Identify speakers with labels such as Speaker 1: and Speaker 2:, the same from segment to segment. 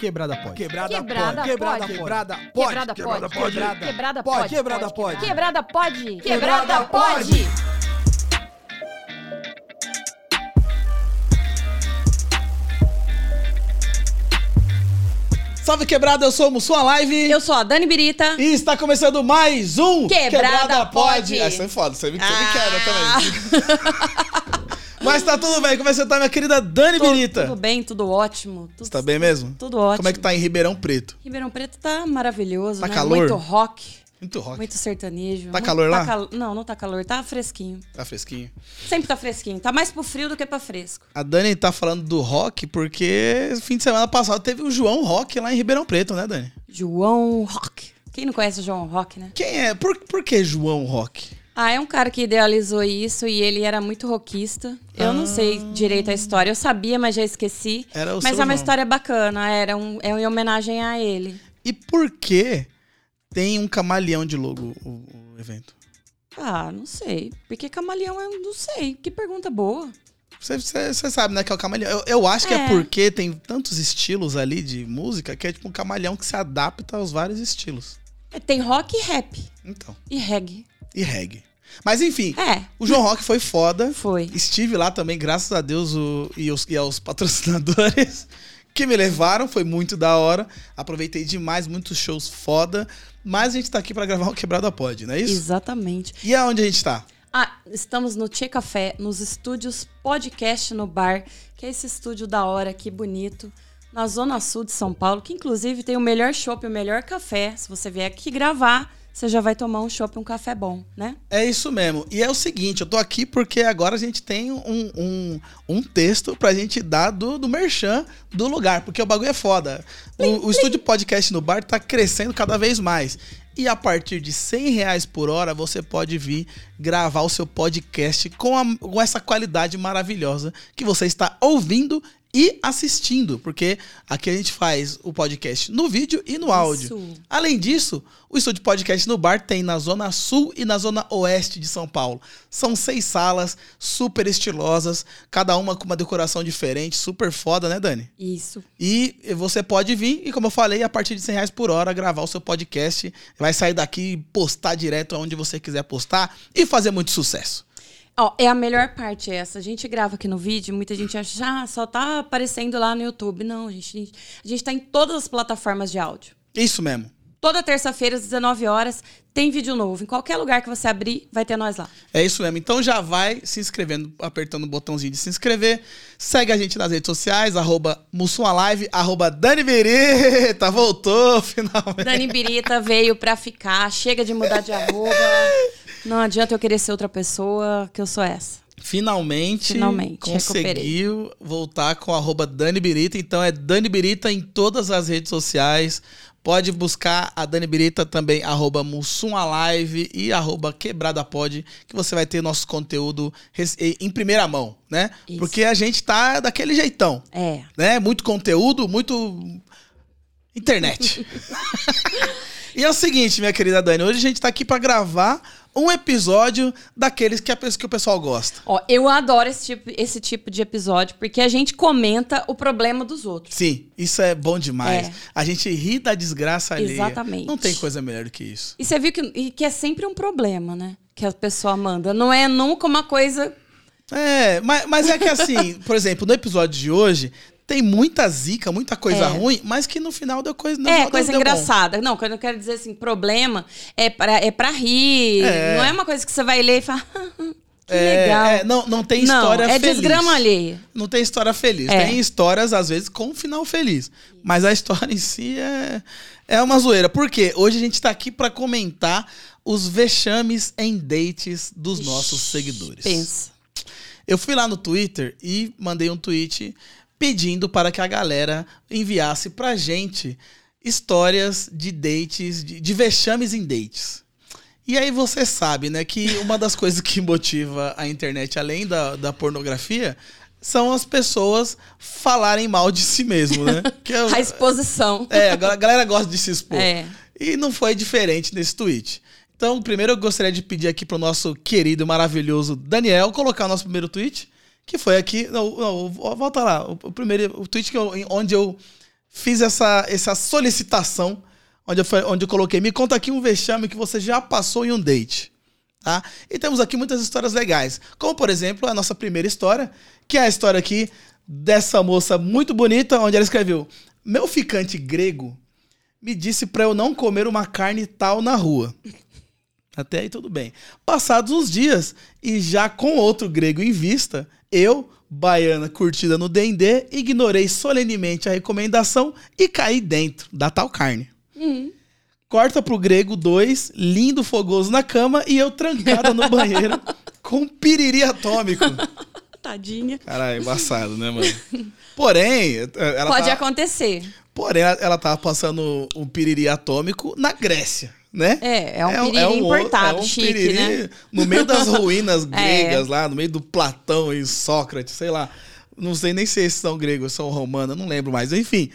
Speaker 1: Quebrada pode.
Speaker 2: Quebrada,
Speaker 3: Quebrada
Speaker 2: pode. Quebrada Quebrada
Speaker 3: pode.
Speaker 2: pode.
Speaker 3: Quebrada pode.
Speaker 2: Quebrada
Speaker 3: Quebrada
Speaker 2: pode.
Speaker 3: pode.
Speaker 2: Quebrada pode.
Speaker 3: Quebrada pode.
Speaker 2: Quebrada pode.
Speaker 1: Salve quebrada, eu sou o Mussum, a Live.
Speaker 4: Eu sou a Dani Birita.
Speaker 1: E está começando mais um
Speaker 4: Quebrada Pode.
Speaker 1: Essa é foda, você me, você me quebra também. Mas tá tudo bem, como é que você tá, minha querida Dani
Speaker 4: Ah. Tô-
Speaker 1: Benita?
Speaker 4: Tudo bem, tudo ótimo. Tudo,
Speaker 1: Você tá bem mesmo?
Speaker 4: Tudo ótimo.
Speaker 1: Como é que tá em Ribeirão Preto?
Speaker 4: Ribeirão Preto tá maravilhoso,
Speaker 1: Tá
Speaker 4: né?
Speaker 1: calor?
Speaker 4: Muito rock,
Speaker 1: Muito rock.
Speaker 4: muito sertanejo.
Speaker 1: Tá
Speaker 4: Muito-
Speaker 1: calor lá?
Speaker 4: cal- Não, não tá calor, tá fresquinho.
Speaker 1: Tá fresquinho.
Speaker 4: Sempre tá fresquinho. Tá mais pro frio do que pra fresco.
Speaker 1: A Dani tá falando do rock porque fim de semana passado teve o João Rock lá em Ribeirão Preto, né, Dani?
Speaker 4: João Rock. Quem não conhece o João Rock, né?
Speaker 1: Quem é? Por, por que João Rock?
Speaker 4: Ah, é um cara que idealizou isso e ele era muito rockista. Eu não sei direito a história. Eu sabia, mas já esqueci.
Speaker 1: Era o
Speaker 4: mas
Speaker 1: seu
Speaker 4: é uma
Speaker 1: João.
Speaker 4: história bacana. Era um, é uma homenagem a ele.
Speaker 1: E por que tem um camaleão de logo o, o evento?
Speaker 4: Ah, não sei. Porque camaleão eu não sei. Que pergunta boa.
Speaker 1: Você- Você você sabe, né, que é o camaleão. Eu, eu acho que é.
Speaker 4: É.
Speaker 1: porque tem tantos estilos ali de música que é tipo um camaleão que se adapta aos vários estilos.
Speaker 4: É, Tem rock e rap.
Speaker 1: Então,
Speaker 4: E reggae.
Speaker 1: e reggae. Mas enfim,
Speaker 4: É,
Speaker 1: o João Rock foi foda.
Speaker 4: foi.
Speaker 1: Estive lá também, graças a Deus o- e, os- e aos patrocinadores que me levaram. Foi muito da hora. Aproveitei demais, muitos shows foda. Mas a gente tá aqui pra gravar o Quebrada Pod, não é isso?
Speaker 4: Exatamente.
Speaker 1: E aonde a gente tá?
Speaker 4: Ah, estamos no Tchê Café, nos estúdios Podcast no Bar, que é esse estúdio da hora, que bonito, na Zona Sul de São Paulo, que inclusive tem o melhor chopp, o melhor café. Se você vier aqui gravar, você já vai tomar um chopp, um café bom, né?
Speaker 1: É isso mesmo. E é o seguinte, eu tô aqui porque agora a gente tem um, um, um texto pra gente dar do, do merchan do lugar, porque o bagulho é foda. O, o estúdio podcast no bar tá crescendo cada vez mais. E a partir de 100 reais por hora, você pode vir gravar o seu podcast com, a- com essa qualidade maravilhosa que você está ouvindo e assistindo. Porque aqui a gente faz o podcast no vídeo e no áudio.
Speaker 4: Isso.
Speaker 1: Além disso, o estúdio podcast no bar tem na zona sul e na zona oeste de São Paulo. São seis salas super estilosas, cada uma com uma decoração diferente, super foda, né, Dani?
Speaker 4: Isso.
Speaker 1: E você pode vir e, como eu falei, a partir de 100 reais por hora, gravar o seu podcast. Vai sair daqui e postar direto aonde você quiser postar e fazer muito sucesso.
Speaker 4: Ó, é a melhor parte essa. A gente grava aqui no vídeo, muita gente acha, ah, só tá aparecendo lá no YouTube. Não, gente, a gente tá em todas as plataformas de áudio.
Speaker 1: Isso mesmo.
Speaker 4: Toda terça-feira, às 19 horas, tem vídeo novo. Em qualquer lugar que você abrir, vai ter nós lá.
Speaker 1: É isso mesmo. Então já vai se inscrevendo, apertando o botãozinho de se inscrever. Segue a gente nas redes sociais, arroba Mussualive, arroba Dani Bereta, voltou finalmente.
Speaker 4: Dani Birita veio pra ficar. Chega de mudar de arroba. Não adianta eu querer ser outra pessoa, que eu sou essa.
Speaker 1: Finalmente,
Speaker 4: Finalmente,
Speaker 1: conseguiu voltar com arroba Dani Birita. Então é Dani Birita em todas as redes sociais. Pode buscar a Dani Birita também, arroba Mussualive e arroba QuebradaPod, que você vai ter nosso conteúdo res- em primeira mão, né?
Speaker 4: Isso.
Speaker 1: Porque a gente tá daquele jeitão.
Speaker 4: É.
Speaker 1: né? Muito conteúdo, muito internet. e é o seguinte, minha querida Dani, hoje a gente tá aqui pra gravar um episódio daqueles que, a, pe- que o pessoal gosta.
Speaker 4: Ó, eu adoro esse tipo, esse tipo de episódio, porque a gente comenta o problema dos outros.
Speaker 1: Sim, isso é bom demais.
Speaker 4: É.
Speaker 1: A gente ri da desgraça alheia.
Speaker 4: Exatamente.
Speaker 1: Não tem coisa melhor do que isso.
Speaker 4: E você viu que, e que é sempre um problema, né? Que a pessoa manda. Não é nunca uma coisa.
Speaker 1: É, mas, mas é que assim, por exemplo, no episódio de hoje, tem muita zica, muita coisa
Speaker 4: É.
Speaker 1: ruim, mas que no final deu coisa... no final
Speaker 4: é,
Speaker 1: deu-
Speaker 4: coisa
Speaker 1: deu bom.
Speaker 4: engraçada. Não, quando eu quero dizer assim, problema é pra, é pra rir.
Speaker 1: É.
Speaker 4: Não é uma coisa que você vai ler e fala. "Ah, que
Speaker 1: É,
Speaker 4: legal.
Speaker 1: é, não, não tem história
Speaker 4: não, é
Speaker 1: feliz.
Speaker 4: desgrama alheia.
Speaker 1: Não tem história feliz.
Speaker 4: É.
Speaker 1: Tem histórias, às vezes, com um final feliz. Mas a história em si é, é uma zoeira. Por quê? Hoje a gente tá aqui pra comentar os vexames em dates dos nossos seguidores.
Speaker 4: Pensa.
Speaker 1: Eu fui lá no Twitter e mandei um tweet pedindo para que a galera enviasse pra gente histórias de dates, de, de vexames em dates. E aí você sabe, né, que uma das coisas que motiva a internet, além da, da pornografia, são as pessoas falarem mal de si mesmo, né? Que eu-
Speaker 4: A exposição.
Speaker 1: é, a gal- a galera gosta de se expor.
Speaker 4: É.
Speaker 1: E não foi diferente nesse tweet. Então, primeiro eu gostaria de pedir aqui pro nosso querido e maravilhoso Daniel colocar o nosso primeiro tweet, que foi aqui. Não, não, volta lá. O, o primeiro o tweet que eu- onde eu fiz essa, essa solicitação, onde eu, fa- onde eu coloquei, me conta aqui um vexame que você já passou em um date. Tá? E temos aqui muitas histórias legais. Como, por exemplo, a nossa primeira história, que é a história aqui dessa moça muito bonita, onde ela escreveu: Meu ficante grego me disse pra eu não comer uma carne tal na rua. Até aí tudo bem. Passados uns dias, e já com outro grego em vista, eu, baiana curtida no Dendê, ignorei solenemente a recomendação e caí dentro da tal carne. Corta pro grego dois, lindo fogoso na cama e eu trancada no banheiro com piriri atômico.
Speaker 4: Tadinha.
Speaker 1: Caralho, embaçado, né, mano? Porém, ela
Speaker 4: Pode
Speaker 1: tá-
Speaker 4: acontecer.
Speaker 1: Porém, ela- ela tava passando um piriri atômico na Grécia, né?
Speaker 4: É, é um piriri
Speaker 1: o-
Speaker 4: importado, chique, né?
Speaker 1: é No meio das ruínas
Speaker 4: É.
Speaker 1: gregas lá, no meio do Platão e Sócrates, sei lá. Não sei nem se esses são gregos, são romanos, não lembro mais. Enfim.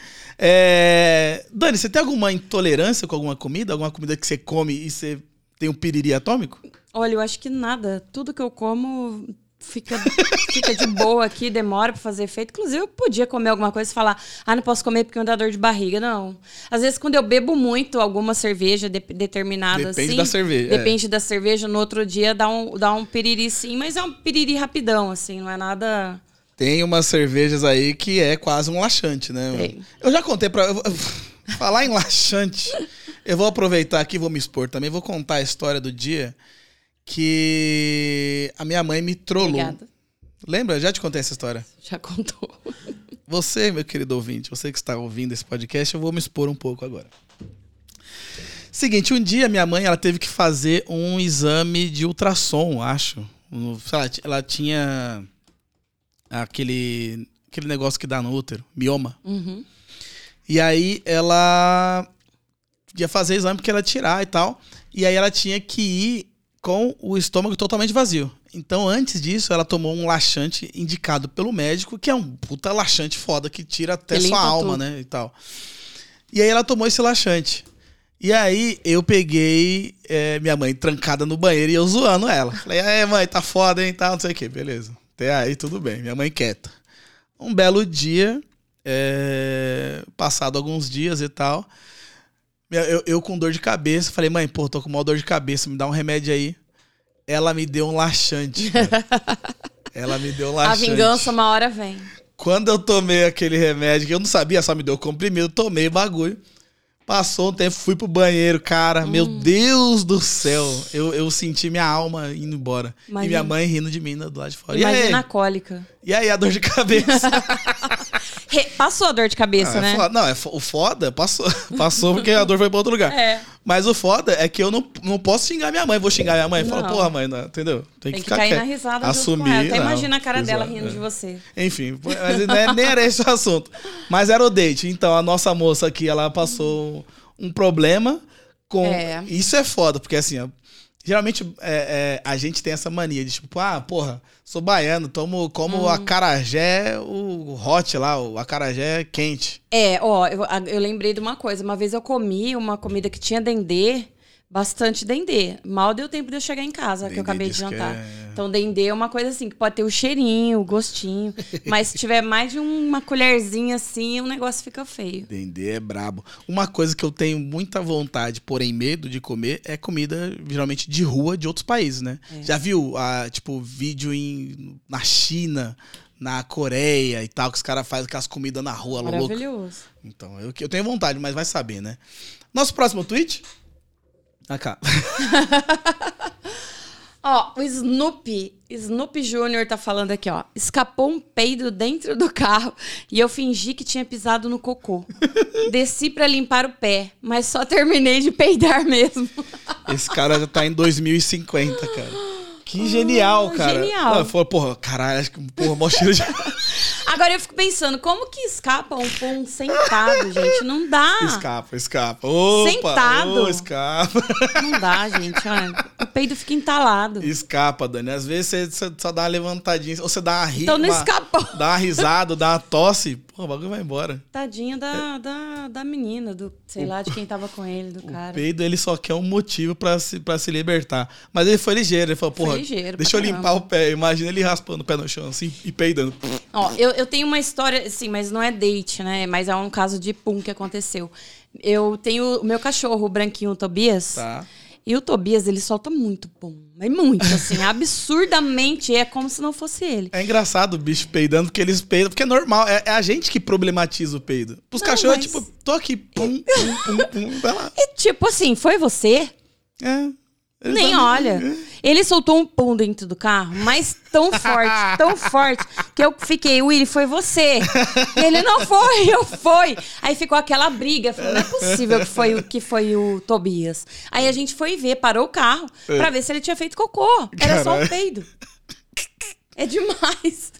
Speaker 1: É, Dani, você tem alguma intolerância com alguma comida? Alguma comida que você come e você tem um piriri atômico?
Speaker 4: Olha, eu acho que nada. Tudo que eu como fica, fica de boa aqui, demora pra fazer efeito. Inclusive, eu podia comer alguma coisa e falar, ah, não posso comer porque me dá dor de barriga. Não. Às vezes, quando eu bebo muito alguma cerveja de- determinada
Speaker 1: Depende
Speaker 4: assim.
Speaker 1: da cerveja, é.
Speaker 4: Depende da cerveja. No outro dia dá um, dá um piriri sim, mas é um piriri rapidão, assim, não é nada.
Speaker 1: Tem umas cervejas aí que é quase um laxante, né?
Speaker 4: Tem.
Speaker 1: Eu já contei pra. eu- falar em laxante, eu vou aproveitar aqui, e vou me expor também, vou contar a história do dia que a minha mãe me trollou.
Speaker 4: Obrigada.
Speaker 1: Lembra? Eu já te contei essa história.
Speaker 4: Já contou.
Speaker 1: Você, meu querido ouvinte, você que está ouvindo esse podcast, eu vou me expor um pouco agora. Seguinte, um dia minha mãe ela teve que fazer um exame de ultrassom, acho. Um, Sei lá, ela tinha aquele, aquele negócio que dá no útero, mioma.
Speaker 4: Uhum.
Speaker 1: E aí ela ia fazer exame porque ela ia tirar e tal. E aí ela tinha que ir com o estômago totalmente vazio. Então, antes disso, ela tomou um laxante indicado pelo médico, que é um puta laxante foda que tira até
Speaker 4: Que
Speaker 1: sua
Speaker 4: limpa
Speaker 1: alma,
Speaker 4: tudo.
Speaker 1: né? E tal. E aí ela tomou esse laxante. E aí eu peguei eh, minha mãe trancada no banheiro e eu zoando ela. Falei, é mãe, tá foda, hein? Tal, não sei o quê. Beleza. Até aí tudo bem. Minha mãe quieta. Um belo dia, eh, passado alguns dias e tal, minha- eu, eu com dor de cabeça, falei, mãe, pô, tô com uma dor de cabeça, me dá um remédio aí. Ela me deu um laxante. cara. Ela me deu um
Speaker 4: A
Speaker 1: laxante.
Speaker 4: vingança uma hora vem.
Speaker 1: Quando eu tomei aquele remédio, que eu não sabia, só me deu comprimido, tomei o bagulho. Passou um tempo, fui pro banheiro, cara.
Speaker 4: Hum.
Speaker 1: Meu Deus do céu. Eu, eu senti minha alma indo embora. E
Speaker 4: Imagina.
Speaker 1: minha mãe rindo de mim do lado de fora. E aí?
Speaker 4: Imagina a cólica.
Speaker 1: E aí, a dor de cabeça?
Speaker 4: Re- Passou a dor de cabeça,
Speaker 1: não, é
Speaker 4: né?
Speaker 1: foda. Não, é fo- o foda passou. Passou porque a dor foi pra outro lugar.
Speaker 4: É.
Speaker 1: Mas o foda é que eu não, não posso xingar minha mãe. Vou xingar minha mãe. Fala,
Speaker 4: Não.
Speaker 1: porra, mãe, não, entendeu?
Speaker 4: Tem que,
Speaker 1: ficar
Speaker 4: cair
Speaker 1: quieto.
Speaker 4: na risada
Speaker 1: Assumir,
Speaker 4: junto com ela.
Speaker 1: não,
Speaker 4: Até imagina a cara dela
Speaker 1: exato,
Speaker 4: rindo
Speaker 1: é.
Speaker 4: de você.
Speaker 1: Enfim, mas né, nem era esse o assunto. Mas era o date. Então, a nossa moça aqui, ela passou um problema com.
Speaker 4: É.
Speaker 1: Isso é foda, porque assim, ó, geralmente é, é, a gente tem essa mania de tipo, ah, porra, sou baiano, tomo, como
Speaker 4: Uhum.
Speaker 1: o acarajé, o hot lá, o acarajé quente.
Speaker 4: É, ó, eu, a- eu lembrei de uma coisa. Uma vez eu comi uma comida que tinha dendê, bastante dendê. Mal deu tempo de eu chegar em casa, que
Speaker 1: Dendê
Speaker 4: eu acabei de
Speaker 1: diz que
Speaker 4: jantar.
Speaker 1: é-
Speaker 4: Então, dendê é uma coisa assim, que pode ter o cheirinho, o gostinho. mas se tiver mais de uma colherzinha assim, o negócio fica feio.
Speaker 1: Dendê é brabo. Uma coisa que eu tenho muita vontade, porém medo de comer, é comida geralmente de rua de outros países, né?
Speaker 4: É.
Speaker 1: Já viu, ah, tipo, vídeo em, na China, na Coreia e tal, que os caras fazem aquelas comidas na rua louca.
Speaker 4: Maravilhoso.
Speaker 1: Então, eu, eu tenho vontade, mas vai saber, né? Nosso próximo tweet? Ah, cá.
Speaker 4: Ó, o Snoopy, Snoopy Júnior tá falando aqui, ó. Escapou um peido dentro do carro e eu fingi que tinha pisado no cocô. Desci pra limpar o pé, mas só terminei de peidar mesmo.
Speaker 1: Esse cara já tá em 2050, cara. Que genial,
Speaker 4: Ah,
Speaker 1: cara.
Speaker 4: genial.
Speaker 1: Não, falou, porra, caralho, acho que, porra, mó cheiro de...
Speaker 4: Agora eu fico pensando, como que escapa um pão sentado, gente? Não dá.
Speaker 1: Escapa, escapa. Opa,
Speaker 4: Sentado.
Speaker 1: ô, escapa.
Speaker 4: Não dá, gente. Olha. peido fica entalado.
Speaker 1: Escapa, Dani. Às vezes você- você só dá uma levantadinha, ou você dá uma risada.
Speaker 4: Então não escapou.
Speaker 1: Dá uma risada, dá uma tosse, pô, o bagulho vai embora.
Speaker 4: Tadinha da, da, da menina, do, sei lá, de quem tava com ele, do
Speaker 1: O
Speaker 4: cara.
Speaker 1: peido, ele só quer um motivo pra se, pra se libertar. Mas ele foi ligeiro, ele falou,
Speaker 4: Foi
Speaker 1: porra,
Speaker 4: ligeiro
Speaker 1: deixa eu
Speaker 4: pra
Speaker 1: limpar
Speaker 4: caramba.
Speaker 1: o pé. Imagina ele raspando o pé no chão, assim, e peidando.
Speaker 4: Ó, eu, eu tenho uma história, assim, mas não é date, né? Mas é um caso de pum que aconteceu. Eu tenho o meu cachorro, o branquinho o Tobias.
Speaker 1: Tá.
Speaker 4: E o Tobias, ele solta muito pum. Mas muito, assim, absurdamente. É como se não fosse ele.
Speaker 1: É engraçado o bicho peidando, porque eles peidam, porque é normal. É, é a gente que problematiza o peido. Os
Speaker 4: Não,
Speaker 1: cachorros, é
Speaker 4: mas-
Speaker 1: tipo, tô aqui, pum, pum, pum, pum, vai lá.
Speaker 4: E tipo assim, foi você?
Speaker 1: É. Eles
Speaker 4: Nem
Speaker 1: dão- É.
Speaker 4: olha. Ele soltou um pum dentro do carro, mas tão forte, tão forte, que eu fiquei, Willy, foi você. E ele não foi, eu fui. Aí ficou aquela briga, falou, não é possível que foi, o- que foi o Tobias. Aí a gente foi ver, parou o carro, pra ver se ele tinha feito cocô. Era só um
Speaker 1: É. Caralho.
Speaker 4: peido. É demais.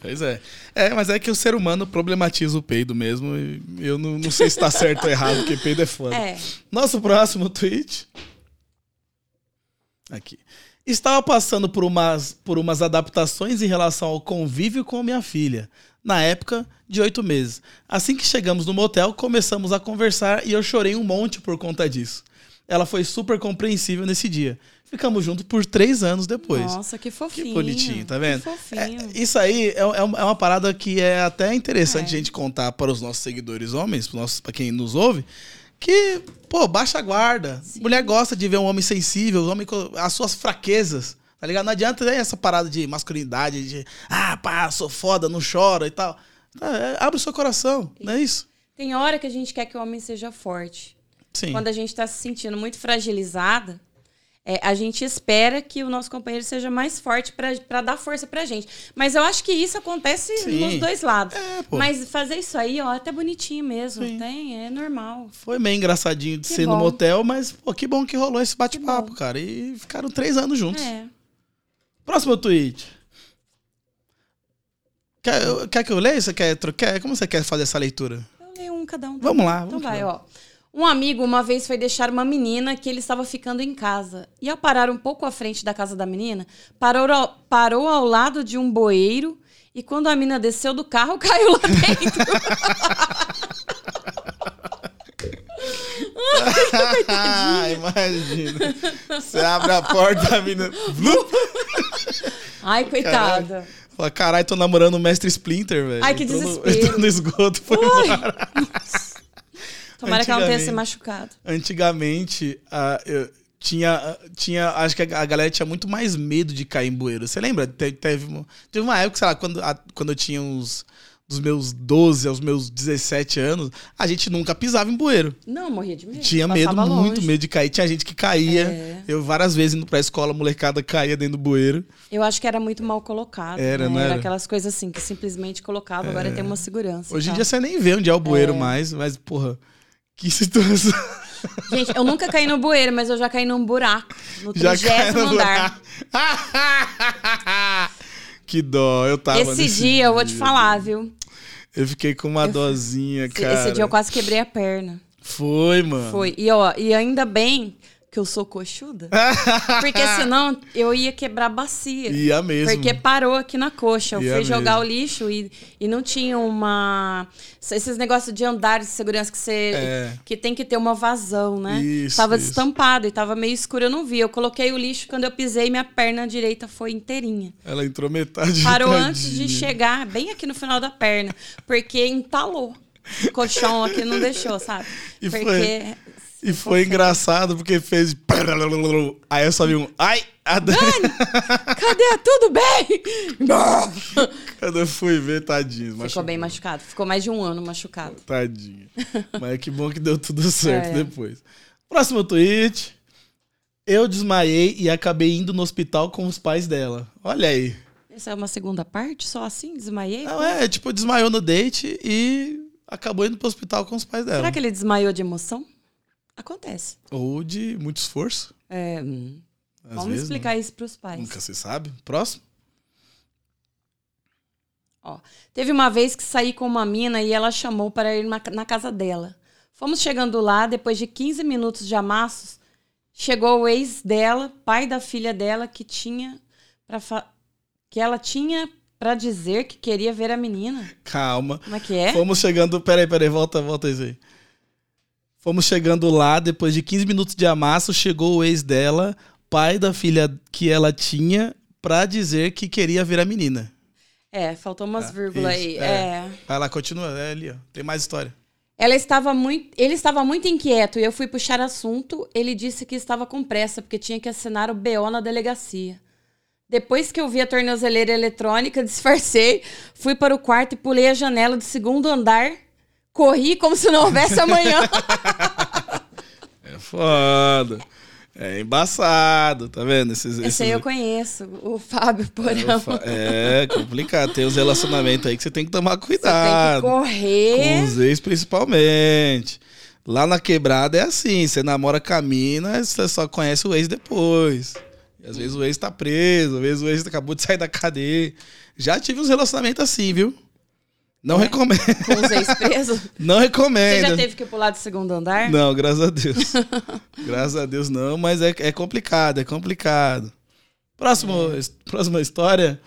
Speaker 1: Pois é. É, mas é que o ser humano problematiza o peido mesmo. e eu não, não sei se tá certo ou errado, porque peido é foda.
Speaker 4: É.
Speaker 1: Nosso próximo tweet. Aqui. Estava passando por umas, por umas adaptações em relação ao convívio com minha filha. Na época, de oito meses. Assim que chegamos no motel, começamos a conversar e eu chorei um monte por conta disso. Ela foi super compreensível nesse dia. Ficamos juntos por três anos depois.
Speaker 4: Nossa, que fofinho.
Speaker 1: Que bonitinho, tá vendo?
Speaker 4: Que fofinho.
Speaker 1: É, isso aí é, é uma é uma parada que é até interessante a gente contar para os nossos seguidores homens, para os nossos- para quem nos ouve, que, pô, baixa a guarda. Mulher gosta de ver um homem sensível, um homem com as suas fraquezas, tá ligado? Não adianta né, essa parada de masculinidade, de, ah, pá, sou foda, não chora e tal. Tá, é, abre o seu coração, não é isso?
Speaker 4: Tem hora que a gente quer que o homem seja forte.
Speaker 1: Sim.
Speaker 4: Quando a gente está se sentindo muito fragilizada, é, a gente espera que o nosso companheiro seja mais forte para dar força pra gente. Mas eu acho que isso acontece
Speaker 1: Sim.
Speaker 4: nos dois lados.
Speaker 1: É, pô.
Speaker 4: Mas fazer isso aí, ó, é até bonitinho mesmo.
Speaker 1: Sim.
Speaker 4: Tem, é normal.
Speaker 1: Foi meio engraçadinho de
Speaker 4: Que
Speaker 1: ser no
Speaker 4: bom.
Speaker 1: motel, mas pô, que bom que rolou esse
Speaker 4: bom.
Speaker 1: bate-papo, cara. E ficaram três anos juntos.
Speaker 4: É.
Speaker 1: Próximo tweet. Quer, eu- quer que eu leia? Você quer, tro- quer? Como você quer fazer essa leitura?
Speaker 4: Eu leio um cada um. tá?
Speaker 1: Vamos lá. Vamos
Speaker 4: Então vai,
Speaker 1: lá.
Speaker 4: ó. Um amigo uma vez foi deixar uma menina que ele estava ficando em casa. E ao parar um pouco à frente da casa da menina, parou ao, parou ao lado de um boeiro e quando a menina desceu do carro, caiu lá dentro.
Speaker 1: ah, imagina. Você abre a porta, a menina... Blup!
Speaker 4: Ai,
Speaker 1: Caralho.
Speaker 4: coitada.
Speaker 1: Fala, caralho, tô namorando o Mestre Splinter, velho.
Speaker 4: Ai, que
Speaker 1: Entrou no-
Speaker 4: desespero.
Speaker 1: entrou no esgoto, foi
Speaker 4: Ui!
Speaker 1: embora.
Speaker 4: Nossa. Tomara que ela não tenha se
Speaker 1: Antigamente.
Speaker 4: machucado.
Speaker 1: Antigamente, a- eu tinha, tinha. Acho que a, a galera tinha muito mais medo de cair em bueiro. Você lembra? Te- Teve, uma- teve uma época, sei lá, quando, a- quando eu tinha uns. Dos meus 12 aos meus 17 anos, a gente nunca pisava em bueiro.
Speaker 4: Não, morria de medo.
Speaker 1: Tinha medo,
Speaker 4: É, Passava
Speaker 1: muito
Speaker 4: longe.
Speaker 1: medo de cair. Tinha gente que caía.
Speaker 4: É.
Speaker 1: Eu, várias vezes indo pra escola, a molecada caía dentro do bueiro.
Speaker 4: Eu acho que era muito mal colocado.
Speaker 1: Era,
Speaker 4: né?
Speaker 1: não era? É.
Speaker 4: aquelas coisas assim que simplesmente colocava, agora tem uma segurança. então. e
Speaker 1: Hoje em
Speaker 4: tal.
Speaker 1: dia você nem vê onde é o bueiro mais, mas, porra, que situação.
Speaker 4: Gente, eu nunca caí no bueiro, mas eu já caí num buraco. No
Speaker 1: caiu no
Speaker 4: trigésimo é um andar.
Speaker 1: buraco. que dó, eu tava
Speaker 4: esse
Speaker 1: nesse
Speaker 4: dia, eu vou te falar, viu?
Speaker 1: Eu fiquei com uma dozinha,
Speaker 4: Esse-
Speaker 1: cara.
Speaker 4: Esse dia eu quase quebrei a perna.
Speaker 1: Foi, mano.
Speaker 4: Foi. E, ó, e ainda bem que eu sou coxuda. porque senão eu ia quebrar a bacia.
Speaker 1: Ia mesmo.
Speaker 4: Porque parou aqui na coxa. Eu
Speaker 1: Ia
Speaker 4: fui jogar
Speaker 1: mesmo.
Speaker 4: o lixo e, e não tinha uma. Esses negócios de andares de segurança que você.
Speaker 1: É.
Speaker 4: que tem que ter uma vazão, né?
Speaker 1: Isso,
Speaker 4: tava
Speaker 1: isso.
Speaker 4: destampado e tava meio escuro, eu não vi. Eu coloquei o lixo quando eu pisei, minha perna direita foi inteirinha.
Speaker 1: Ela entrou metade
Speaker 4: Parou
Speaker 1: tadinha.
Speaker 4: antes de chegar, bem aqui no final da perna, porque entalou. O colchão aqui não deixou, sabe?
Speaker 1: E foi.
Speaker 4: porque.
Speaker 1: E foi engraçado porque fez. Aí eu só vi um. Ai! A Dani...
Speaker 4: Cadê? Tudo bem?
Speaker 1: Quando eu fui ver, tadinho.
Speaker 4: Ficou
Speaker 1: machucou.
Speaker 4: bem machucado. Ficou mais de um ano machucado.
Speaker 1: Tadinha. Mas que bom que deu tudo certo
Speaker 4: É.
Speaker 1: depois. Próximo tweet. Eu desmaiei e acabei indo no hospital com os pais dela. Olha aí.
Speaker 4: Essa é uma segunda parte? Só assim? Desmaiei?
Speaker 1: Não, é, tipo, desmaiou no date e acabou indo pro hospital com os pais dela.
Speaker 4: Será que ele desmaiou de emoção? Acontece.
Speaker 1: Ou de muito esforço.
Speaker 4: É, hum,
Speaker 1: Às
Speaker 4: vamos
Speaker 1: vezes,
Speaker 4: explicar isso para os
Speaker 1: né?
Speaker 4: pais.
Speaker 1: Nunca se sabe. Próximo?
Speaker 4: Ó, teve uma vez que saí com uma mina e ela chamou para ir na, na casa dela. Fomos chegando lá, depois de 15 minutos de amassos, Chegou o ex dela, pai da filha dela, que tinha para que ela tinha pra dizer que queria ver a menina.
Speaker 1: Calma.
Speaker 4: Como é que é?
Speaker 1: Fomos chegando. Peraí, peraí, volta, volta isso aí. Fomos chegando lá, depois de 15 minutos de amasso, chegou o ex dela, pai da filha que ela tinha, pra dizer que queria ver a menina.
Speaker 4: É, faltou umas
Speaker 1: Ah,
Speaker 4: vírgulas
Speaker 1: isso,
Speaker 4: aí.
Speaker 1: é.
Speaker 4: é.
Speaker 1: Vai lá, continua, é ali, ó. Tem mais história.
Speaker 4: Ela estava muito, ele estava muito inquieto e eu fui puxar assunto. Ele disse que estava com pressa porque tinha que assinar o BO na delegacia. Depois que eu vi a tornozeleira eletrônica, disfarcei, fui para o quarto e pulei a janela do segundo andar. Corri como se não houvesse amanhã.
Speaker 1: É foda. É embaçado, tá vendo? Esses,
Speaker 4: Esse aí eu conheço, o Fábio Porão.
Speaker 1: É complicado. Tem os relacionamentos aí que você tem que tomar
Speaker 4: Você tem que
Speaker 1: cuidado. Com
Speaker 4: correr.
Speaker 1: os ex, principalmente. Lá na quebrada é assim: você namora com a mina, você só conhece o ex depois. E às vezes o ex tá preso, às vezes o ex acabou de sair da cadeia. Já tive uns relacionamentos assim, viu? Não recomendo.
Speaker 4: Com os ex-presos.
Speaker 1: É, Não
Speaker 4: É. Você
Speaker 1: recomendo.
Speaker 4: já teve né? que pular do segundo andar?
Speaker 1: Não, graças a Deus. graças a Deus não, mas é, é complicado, é complicado.
Speaker 4: É.
Speaker 1: Próximo, his- Próxima história.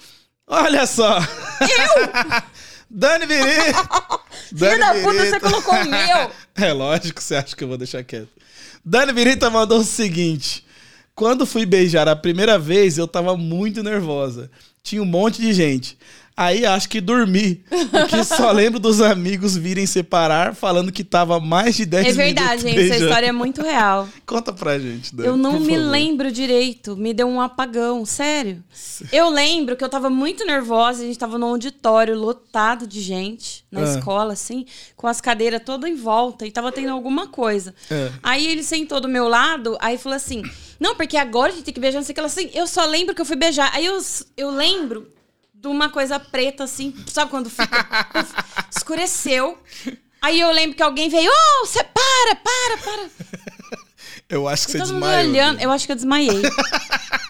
Speaker 1: Olha só! Dani Birito!
Speaker 4: Filho da puta,
Speaker 1: Birito.
Speaker 4: você colocou o meu!
Speaker 1: É lógico, você acha que eu vou deixar quieto. Dani Birita mandou o seguinte. Quando fui beijar a primeira vez, eu tava muito nervosa. Tinha um monte de gente. Aí acho que dormi, porque só lembro dos amigos virem separar falando que tava mais de 10
Speaker 4: É
Speaker 1: minutos
Speaker 4: verdade, gente. Essa
Speaker 1: beijando.
Speaker 4: história é muito real.
Speaker 1: Conta pra gente, Dani.
Speaker 4: Eu não
Speaker 1: né? por
Speaker 4: me
Speaker 1: favor.
Speaker 4: lembro direito, me deu um apagão, sério. Eu lembro que eu tava muito nervosa, a gente tava num auditório lotado de gente, na
Speaker 1: Ah.
Speaker 4: escola, assim, com as cadeiras todas em volta e tava tendo alguma coisa.
Speaker 1: É.
Speaker 4: Aí ele sentou do meu lado, aí falou assim: Não, porque agora a gente tem que beijar, não sei o que. Ela assim, eu só lembro que eu fui beijar. Aí eu, s- eu lembro de uma coisa preta, assim, sabe quando fica. escureceu. Aí eu lembro que alguém veio, oh, você para, para, para.
Speaker 1: Eu acho que você
Speaker 4: E todo mundo
Speaker 1: desmaiou. né?
Speaker 4: olhando,
Speaker 1: Dani.
Speaker 4: eu acho que eu desmaiei.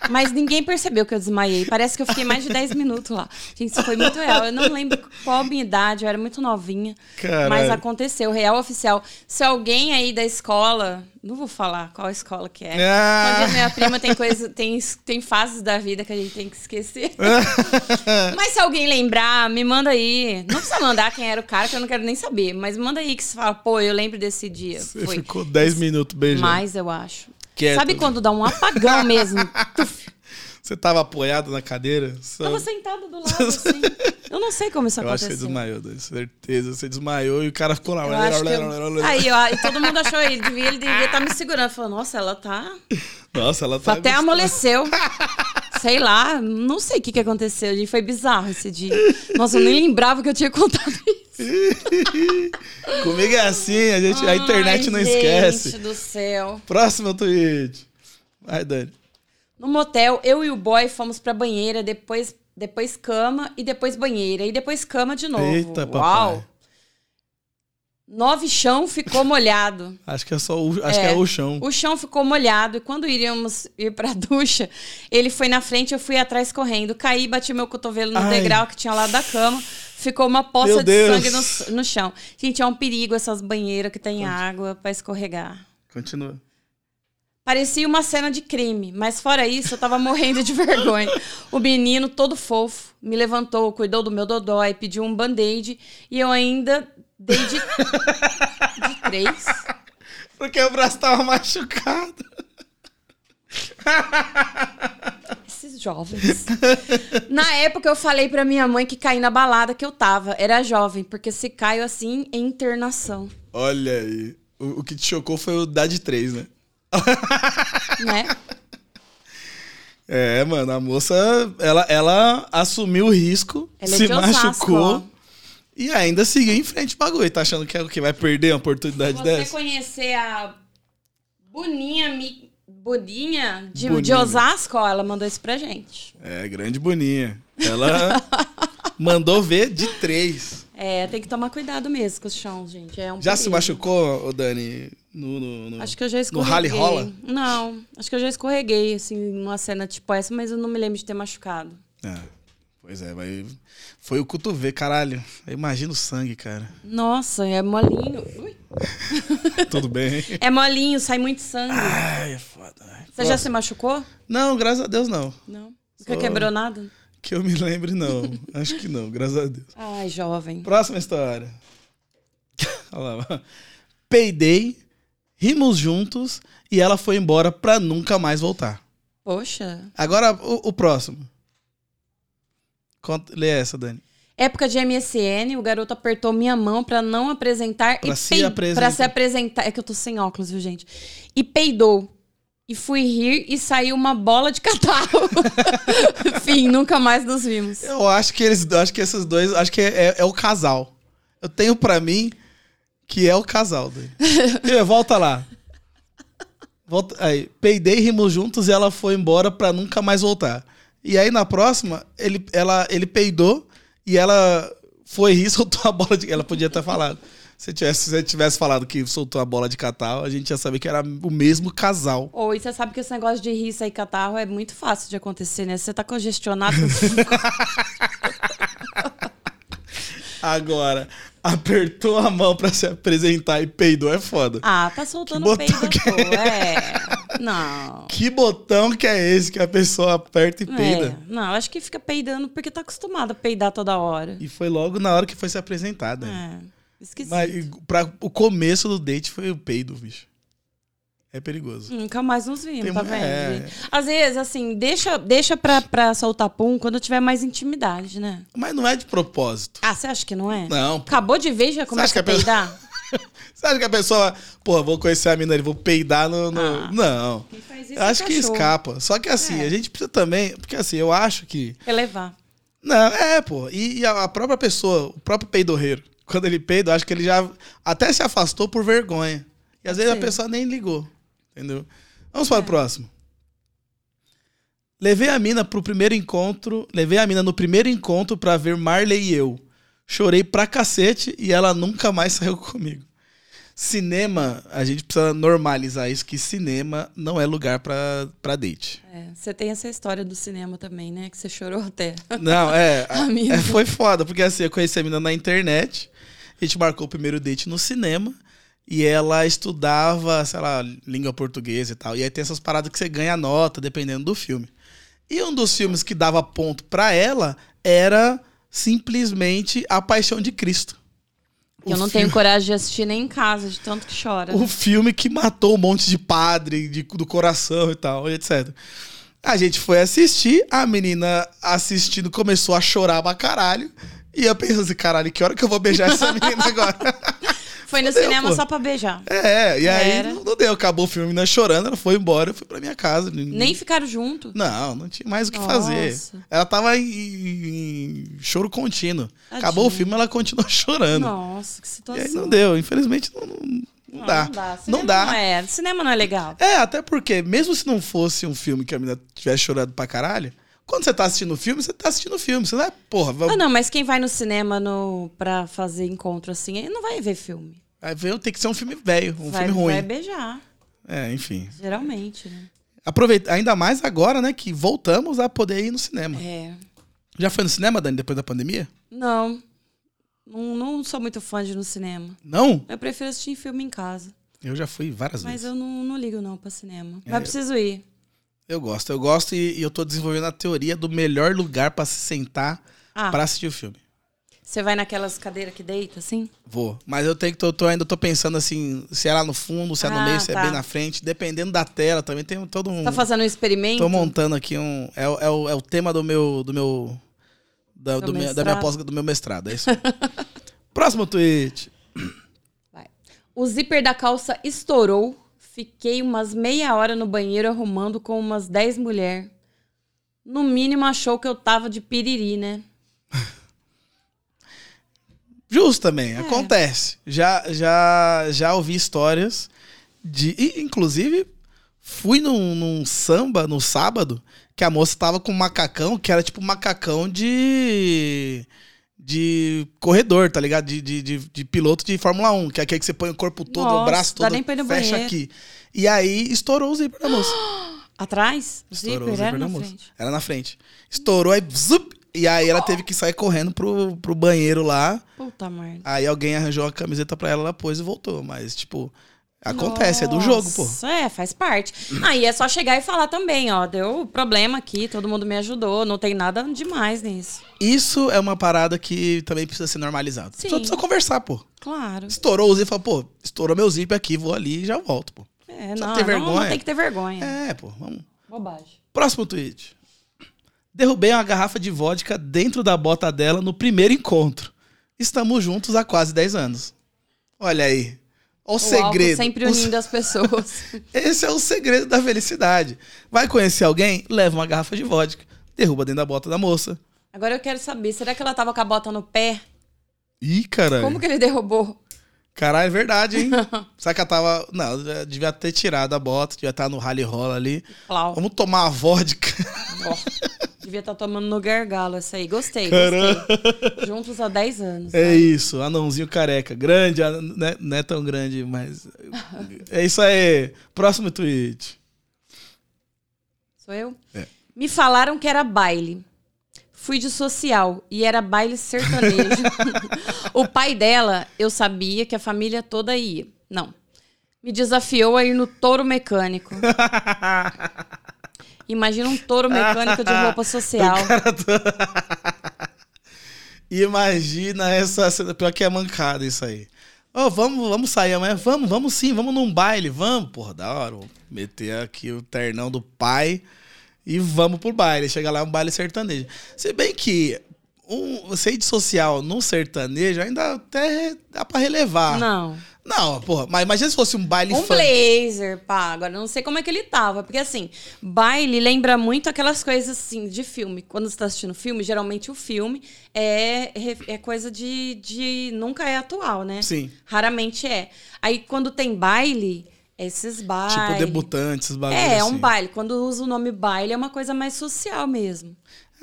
Speaker 4: Mas ninguém percebeu que eu desmaiei. Parece que eu fiquei mais de 10 minutos lá. Gente, isso foi muito real. Eu não lembro qual a minha idade, eu era muito novinha.
Speaker 1: Caralho.
Speaker 4: Mas aconteceu, real oficial. Se alguém aí da escola, não vou falar qual escola que é.
Speaker 1: Ah.
Speaker 4: Quando a minha prima tem coisa, tem, tem fases da vida que a gente tem que esquecer.
Speaker 1: Ah.
Speaker 4: mas se alguém lembrar, me manda aí. Não precisa mandar quem era o cara, que eu não quero nem saber. Mas manda aí que você fala, pô, eu lembro desse dia.
Speaker 1: Você
Speaker 4: foi.
Speaker 1: ficou 10 minutos beijando.
Speaker 4: Mais, eu acho.
Speaker 1: Quieto.
Speaker 4: Sabe quando dá um apagão mesmo? Tuf.
Speaker 1: Você tava apoiado na cadeira? Só-
Speaker 4: Tava sentada do lado, assim. Eu não sei como isso
Speaker 1: Eu acho que é você
Speaker 4: aconteceu.
Speaker 1: desmaiou, Dani. Certeza, você desmaiou e o cara ficou lá.
Speaker 4: Eu acho que eu- Aí, ó, e todo mundo achou ele, devia, ele devia estar me segurando. Falou, nossa, ela tá.
Speaker 1: Nossa, ela tá.
Speaker 4: Até
Speaker 1: gostosa.
Speaker 4: amoleceu. Sei lá, não sei o que, que aconteceu. gente. Foi bizarro esse dia. Nossa, eu nem lembrava que eu tinha contado isso.
Speaker 1: Comigo é assim, a, gente, a internet
Speaker 4: Ai,
Speaker 1: não
Speaker 4: gente
Speaker 1: esquece.
Speaker 4: do céu.
Speaker 1: Próximo tweet. Vai, Dani.
Speaker 4: No motel, eu e o boy fomos pra banheira, depois, depois cama e depois banheira. E depois cama de novo.
Speaker 1: Eita, papai.
Speaker 4: Uau! Nove chão ficou molhado.
Speaker 1: Acho que é só o, acho que é o chão.
Speaker 4: O chão ficou molhado e quando iríamos ir pra ducha, ele foi na frente, eu fui atrás correndo. Caí, bati meu cotovelo no
Speaker 1: Ai.
Speaker 4: degrau que tinha lá da cama. Ficou uma poça
Speaker 1: Meu
Speaker 4: de
Speaker 1: Deus.
Speaker 4: sangue no, no chão. Gente, é um perigo essas banheiras que tem água pra escorregar.
Speaker 1: Continua.
Speaker 4: Parecia uma cena de crime, mas fora isso, eu tava morrendo de vergonha. O menino, todo fofo, me levantou, cuidou do meu dodói, pediu um band-aid e eu ainda dei de, de três.
Speaker 1: Porque o braço tava machucado.
Speaker 4: Esses jovens. Na época, eu falei pra minha mãe que caí na balada que eu tava. Era jovem, porque se caio assim, é internação,
Speaker 1: Olha aí. O, o que te chocou foi o dá de três, né?
Speaker 4: né?
Speaker 1: É, mano, a moça, ela, ela assumiu o risco,
Speaker 4: Ela é
Speaker 1: se
Speaker 4: de Osasco,
Speaker 1: machucou
Speaker 4: ó.
Speaker 1: e ainda seguiu em frente o bagulho. Tá achando que é o que vai perder a oportunidade
Speaker 4: Você
Speaker 1: dessa?
Speaker 4: conhecer a Boninha, Mi- Boninha de, de
Speaker 1: Boninha.
Speaker 4: Osasco, ó, ela mandou isso pra gente.
Speaker 1: É, grande boninha. Ela mandou ver de três.
Speaker 4: É, tem que tomar cuidado mesmo com o chão, gente. É um
Speaker 1: Já se
Speaker 4: perigo.
Speaker 1: machucou, ô Dani? No, no, no-
Speaker 4: Acho que eu já
Speaker 1: No
Speaker 4: escorreguei.
Speaker 1: rally rola?
Speaker 4: Não, acho que eu já escorreguei, assim, numa cena tipo essa, mas eu não me lembro de ter machucado.
Speaker 1: É, pois é, mas foi o cotovelo, caralho. Eu imagino o sangue, cara.
Speaker 4: Nossa, é molinho. Ui.
Speaker 1: Tudo bem.
Speaker 4: É molinho, sai muito sangue.
Speaker 1: Ai, é foda. Ai,
Speaker 4: Você já se machucou?
Speaker 1: Não, graças a Deus não.
Speaker 4: Não. Nunca
Speaker 1: Sou-
Speaker 4: quebrou nada?
Speaker 1: Que eu me lembre, não. Acho que não, graças a Deus.
Speaker 4: Ai, jovem.
Speaker 1: Próxima história. Olha lá. Peidei, rimos juntos e ela foi embora pra nunca mais voltar.
Speaker 4: Poxa.
Speaker 1: Agora o, o próximo. Conta, lê essa, Dani.
Speaker 4: Época de MSN, o garoto apertou minha mão pra não apresentar
Speaker 1: Pra
Speaker 4: e
Speaker 1: se
Speaker 4: pei-
Speaker 1: apresentar.
Speaker 4: pra se apresentar. É que eu tô sem óculos, viu, gente? E peidou. E fui rir e saiu uma bola de catarro. Fim, nunca mais nos vimos.
Speaker 1: Eu acho que eles, acho que esses dois, acho que é, é- é o casal. Eu tenho pra mim que é o casal. Dani. Ê, Volta lá. Volta aí. Peidei, rimos juntos e ela foi embora pra nunca mais voltar. E aí na próxima, ele, ela, ele peidou e ela foi rir e soltou a bola de. Ela podia ter falado. Se tivesse, se você tivesse falado que soltou a bola de catal, a gente ia saber que era o mesmo casal.
Speaker 4: Ou e você sabe que esse negócio de rir e sair catarro é muito fácil de acontecer, né? Você tá congestionado.
Speaker 1: Agora, apertou a mão pra se apresentar e peidou é foda.
Speaker 4: ah, tá soltando
Speaker 1: Que
Speaker 4: o
Speaker 1: botão
Speaker 4: peido à
Speaker 1: que é
Speaker 4: toa. É. Não.
Speaker 1: Que botão que é esse que a pessoa aperta e peida?
Speaker 4: É. Não, acho que fica peidando porque tá acostumado a peidar toda hora.
Speaker 1: E foi logo na hora que foi se apresentada.
Speaker 4: É. Esquisito.
Speaker 1: Mas e pra- o começo do date foi o peido, bicho. É perigoso.
Speaker 4: Nunca mais nos vimos,
Speaker 1: Tem-
Speaker 4: tá vendo?
Speaker 1: é.
Speaker 4: gente? Às vezes, assim, deixa, deixa pra, pra soltar pum quando tiver mais intimidade, né?
Speaker 1: Mas não é de propósito.
Speaker 4: Ah, você acha que não é?
Speaker 1: Não. pô.
Speaker 4: Acabou de ver, já começa
Speaker 1: acha
Speaker 4: a
Speaker 1: que a pessoa-
Speaker 4: peidar?
Speaker 1: Você acha que a pessoa, pô, vou conhecer a mina ali, vou peidar no. no-
Speaker 4: Ah.
Speaker 1: Não.
Speaker 4: Quem faz
Speaker 1: Eu acho que escapa. Só que assim,
Speaker 4: É.
Speaker 1: a gente precisa também. Porque assim, eu acho que.
Speaker 4: Elevar.
Speaker 1: Não, é, pô. E, e a a própria pessoa, o próprio peidorreiro, quando ele peida, eu acho que ele já até se afastou por vergonha. E às vezes
Speaker 4: Sim.
Speaker 1: a pessoa nem ligou, entendeu? Vamos para o próximo. Levei a mina pro primeiro encontro, levei a mina no primeiro encontro pra ver Marley e eu. Chorei pra cacete e ela nunca mais saiu comigo. Cinema, a gente precisa normalizar isso que cinema não é lugar pra pra date.
Speaker 4: É, você tem essa história do cinema também, né? Que você chorou até.
Speaker 1: Não, é, a-
Speaker 4: Amigo.
Speaker 1: é, Foi foda, porque assim, eu conheci a menina na internet. A gente marcou o primeiro date no cinema. E ela estudava, sei lá, língua portuguesa e tal. E aí tem essas paradas que você ganha nota, dependendo do filme. E um dos filmes que dava ponto pra ela era simplesmente A Paixão de Cristo.
Speaker 4: Que eu
Speaker 1: O
Speaker 4: não
Speaker 1: filme-
Speaker 4: tenho coragem de assistir nem em casa, de tanto que chora.
Speaker 1: o filme que matou um monte de padre de- do coração e tal, e etc. A gente foi assistir, a menina assistindo começou a chorar pra caralho. E eu pensei assim, caralho, que hora que eu vou beijar essa menina agora?
Speaker 4: Foi no
Speaker 1: fudeu,
Speaker 4: cinema
Speaker 1: pô.
Speaker 4: só pra beijar.
Speaker 1: é, e aí
Speaker 4: Era.
Speaker 1: não, não deu, acabou o filme, a menina chorando, ela foi embora, eu fui pra minha casa.
Speaker 4: Nem ficaram junto.
Speaker 1: Não, não tinha mais o que
Speaker 4: Nossa.
Speaker 1: fazer. Ela tava em, em choro contínuo. Acabou o
Speaker 4: Tadinha.
Speaker 1: filme, ela continuou chorando.
Speaker 4: Nossa,
Speaker 1: e
Speaker 4: que
Speaker 1: aí
Speaker 4: situação.
Speaker 1: não deu, infelizmente não, não- não
Speaker 4: Não,
Speaker 1: dá.
Speaker 4: Não dá. Cinema
Speaker 1: Não dá.
Speaker 4: Não é. Cinema não é legal.
Speaker 1: É, até porque, mesmo se não fosse um filme que a menina tivesse chorando pra caralho, quando você tá assistindo o filme, você tá assistindo o filme. Você não é, porra, vai,
Speaker 4: Ah, não, mas quem vai no cinema no, pra fazer encontro assim, ele não vai ver filme.
Speaker 1: vai ver, tem que ser um filme velho, um
Speaker 4: vai,
Speaker 1: filme ruim.
Speaker 4: vai beijar,
Speaker 1: É, enfim.
Speaker 4: geralmente, né?
Speaker 1: Aproveita, ainda mais agora, né, que voltamos a poder ir no cinema.
Speaker 4: É.
Speaker 1: Já foi no cinema, Dani, depois da pandemia?
Speaker 4: Não. Não, não sou muito fã de ir no cinema.
Speaker 1: Não?
Speaker 4: Eu prefiro assistir filme em casa.
Speaker 1: Eu já fui várias
Speaker 4: Mas
Speaker 1: vezes.
Speaker 4: eu não, não ligo, não, pra cinema.
Speaker 1: É,
Speaker 4: Mas preciso ir.
Speaker 1: Eu... gosto, eu gosto e, e eu tô desenvolvendo a teoria do melhor lugar pra se sentar
Speaker 4: Ah,
Speaker 1: pra assistir o filme.
Speaker 4: você vai naquelas cadeiras que deita, assim?
Speaker 1: Vou. Mas eu tenho que tô, tô- ainda tô pensando assim, se é lá no fundo, se é no
Speaker 4: Ah,
Speaker 1: meio, se
Speaker 4: tá.
Speaker 1: é bem na frente, dependendo da tela também tem todo um
Speaker 4: Tá fazendo um experimento?
Speaker 1: Tô montando aqui um. É, o- é o, é o tema do meu. Do meu da,
Speaker 4: Do
Speaker 1: do minha- da minha
Speaker 4: mestrado.
Speaker 1: pós do meu mestrado, é isso. Próximo tweet.
Speaker 4: O zíper da calça estourou. Fiquei umas meia hora no banheiro arrumando com umas 10 mulheres. No mínimo achou que eu tava de piriri, né?
Speaker 1: Justo também,
Speaker 4: É.
Speaker 1: acontece. Já, já, já ouvi histórias de. e, inclusive, fui num, num samba no sábado que a moça tava com um macacão que era tipo um macacão de. De corredor, tá ligado? De, de, de, de piloto de Fórmula 1, que é aquele que você põe o corpo todo, o
Speaker 4: Nossa,
Speaker 1: braço
Speaker 4: dá
Speaker 1: todo,
Speaker 4: nem pra ir no
Speaker 1: fecha
Speaker 4: banheiro.
Speaker 1: aqui. E aí estourou o zíper da moça.
Speaker 4: Atrás?
Speaker 1: Estourou o
Speaker 4: zíper,
Speaker 1: zíper
Speaker 4: era
Speaker 1: da
Speaker 4: na
Speaker 1: moça.
Speaker 4: frente.
Speaker 1: Era na frente. Estourou, aí zup, E aí ela teve que sair correndo pro, pro banheiro lá.
Speaker 4: Puta merda.
Speaker 1: Aí alguém arranjou a camiseta pra ela, ela pôs e voltou. Mas, tipo, acontece, é do jogo, pô.
Speaker 4: Nossa, É, faz parte. Aí é só chegar e falar também, ó. Deu problema aqui, todo mundo me ajudou, não tem nada demais nisso.
Speaker 1: Isso é uma parada que também precisa ser normalizado.
Speaker 4: Sim.
Speaker 1: Só precisa conversar, pô.
Speaker 4: Claro.
Speaker 1: Estourou o zíper, fala, pô, estourou meu zíper aqui, vou ali e já volto, pô.
Speaker 4: É,
Speaker 1: Só
Speaker 4: não,
Speaker 1: ter
Speaker 4: não- não,
Speaker 1: vergonha.
Speaker 4: tem que ter vergonha.
Speaker 1: É, pô, vamos.
Speaker 4: Bobagem.
Speaker 1: Próximo tweet. Derrubei uma garrafa de vodka dentro da bota dela no primeiro encontro. Estamos juntos há quase 10 anos. Olha aí. Olha o,
Speaker 4: O álcool
Speaker 1: Um segredo. Um
Speaker 4: sempre
Speaker 1: O
Speaker 4: unindo as pessoas.
Speaker 1: Esse é o segredo da felicidade. Vai conhecer alguém? Leva uma garrafa de vodka. Derruba dentro da bota da moça.
Speaker 4: Agora eu quero saber, será que ela tava com a bota no pé?
Speaker 1: Ih, caralho.
Speaker 4: Como que ele derrubou?
Speaker 1: Caralho, é verdade, hein? Será que ela tava. Não, eu devia ter tirado a bota, devia estar no rally rola ali.
Speaker 4: Clau.
Speaker 1: Vamos tomar a vodka.
Speaker 4: Ó, devia estar tomando no gargalo essa aí. Gostei,
Speaker 1: Caramba.
Speaker 4: gostei. Juntos há 10 anos.
Speaker 1: É isso, anãozinho careca. Grande, an- né? não é tão grande, mas. É isso aí. Próximo tweet.
Speaker 4: Sou eu?
Speaker 1: É.
Speaker 4: Me falaram que era baile. Fui de social e era baile sertanejo. o pai dela, eu sabia que a família toda ia. Não. Me desafiou a ir no touro mecânico. Imagina um touro mecânico de roupa social.
Speaker 1: Imagina essa cena. Pior que é mancada isso aí. Ô, vamos, vamos sair amanhã? Vamos, vamos sim, vamos num baile, vamos, porra, da hora. Vou meter aqui o ternão do pai e vamos pro baile. Chega lá, é um baile sertanejo. Se bem que um rede social num sertanejo ainda até dá pra relevar. Não,
Speaker 4: Não.
Speaker 1: porra, mas imagina se fosse um baile
Speaker 4: Um
Speaker 1: funk.
Speaker 4: blazer, pá. Agora, eu não sei como é que ele tava. Porque, assim, baile lembra muito aquelas coisas, assim, de filme. Quando você tá assistindo filme, geralmente o filme é, é coisa de, de... Nunca é atual, né?
Speaker 1: Sim.
Speaker 4: Raramente é. Aí, quando tem baile, esses bailes...
Speaker 1: Tipo debutantes, esses bagulho
Speaker 4: É, é
Speaker 1: assim.
Speaker 4: um baile. Quando usa o nome baile, é uma coisa mais social mesmo.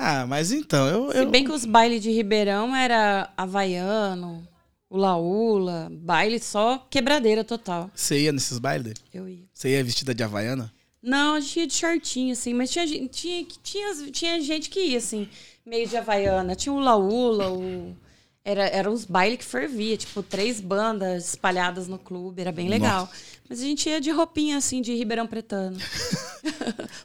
Speaker 1: Ah, mas então, eu...
Speaker 4: Se
Speaker 1: eu...
Speaker 4: bem que os bailes de Ribeirão era Havaiano, Ulaula, baile só quebradeira total.
Speaker 1: Você ia nesses bailes?
Speaker 4: Eu ia.
Speaker 1: Você ia vestida de Havaiana?
Speaker 4: Não, a gente ia de shortinho, assim, mas tinha, gen- tinha, tinha, tinha gente que ia, assim, meio de Havaiana. Tinha o Laula, o. Era, era uns bailes que fervia, tipo, três bandas espalhadas no clube, era bem legal. Mas a gente ia de roupinha, assim, de Ribeirão Pretano.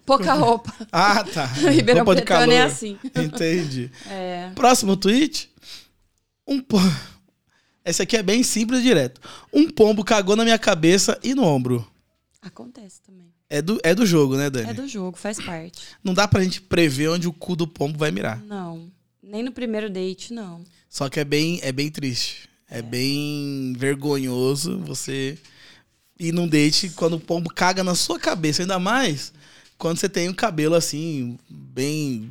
Speaker 4: Pouca roupa.
Speaker 1: Ah, tá.
Speaker 4: Ribeirão
Speaker 1: Roupa de
Speaker 4: Pretano
Speaker 1: calor.
Speaker 4: é assim.
Speaker 1: Entendi.
Speaker 4: É.
Speaker 1: Próximo tweet. Um po... Esse aqui é bem simples e direto. Um pombo cagou na minha cabeça e no ombro.
Speaker 4: Acontece também.
Speaker 1: É do, é do jogo, né, Dani?
Speaker 4: É do jogo, faz parte.
Speaker 1: Não dá pra gente prever onde o cu do pombo vai mirar.
Speaker 4: Não. Nem no primeiro date, não.
Speaker 1: Só que é bem, é bem triste. É, bem vergonhoso você ir num date quando o pombo caga na sua cabeça. Ainda mais quando você tem um cabelo assim, bem.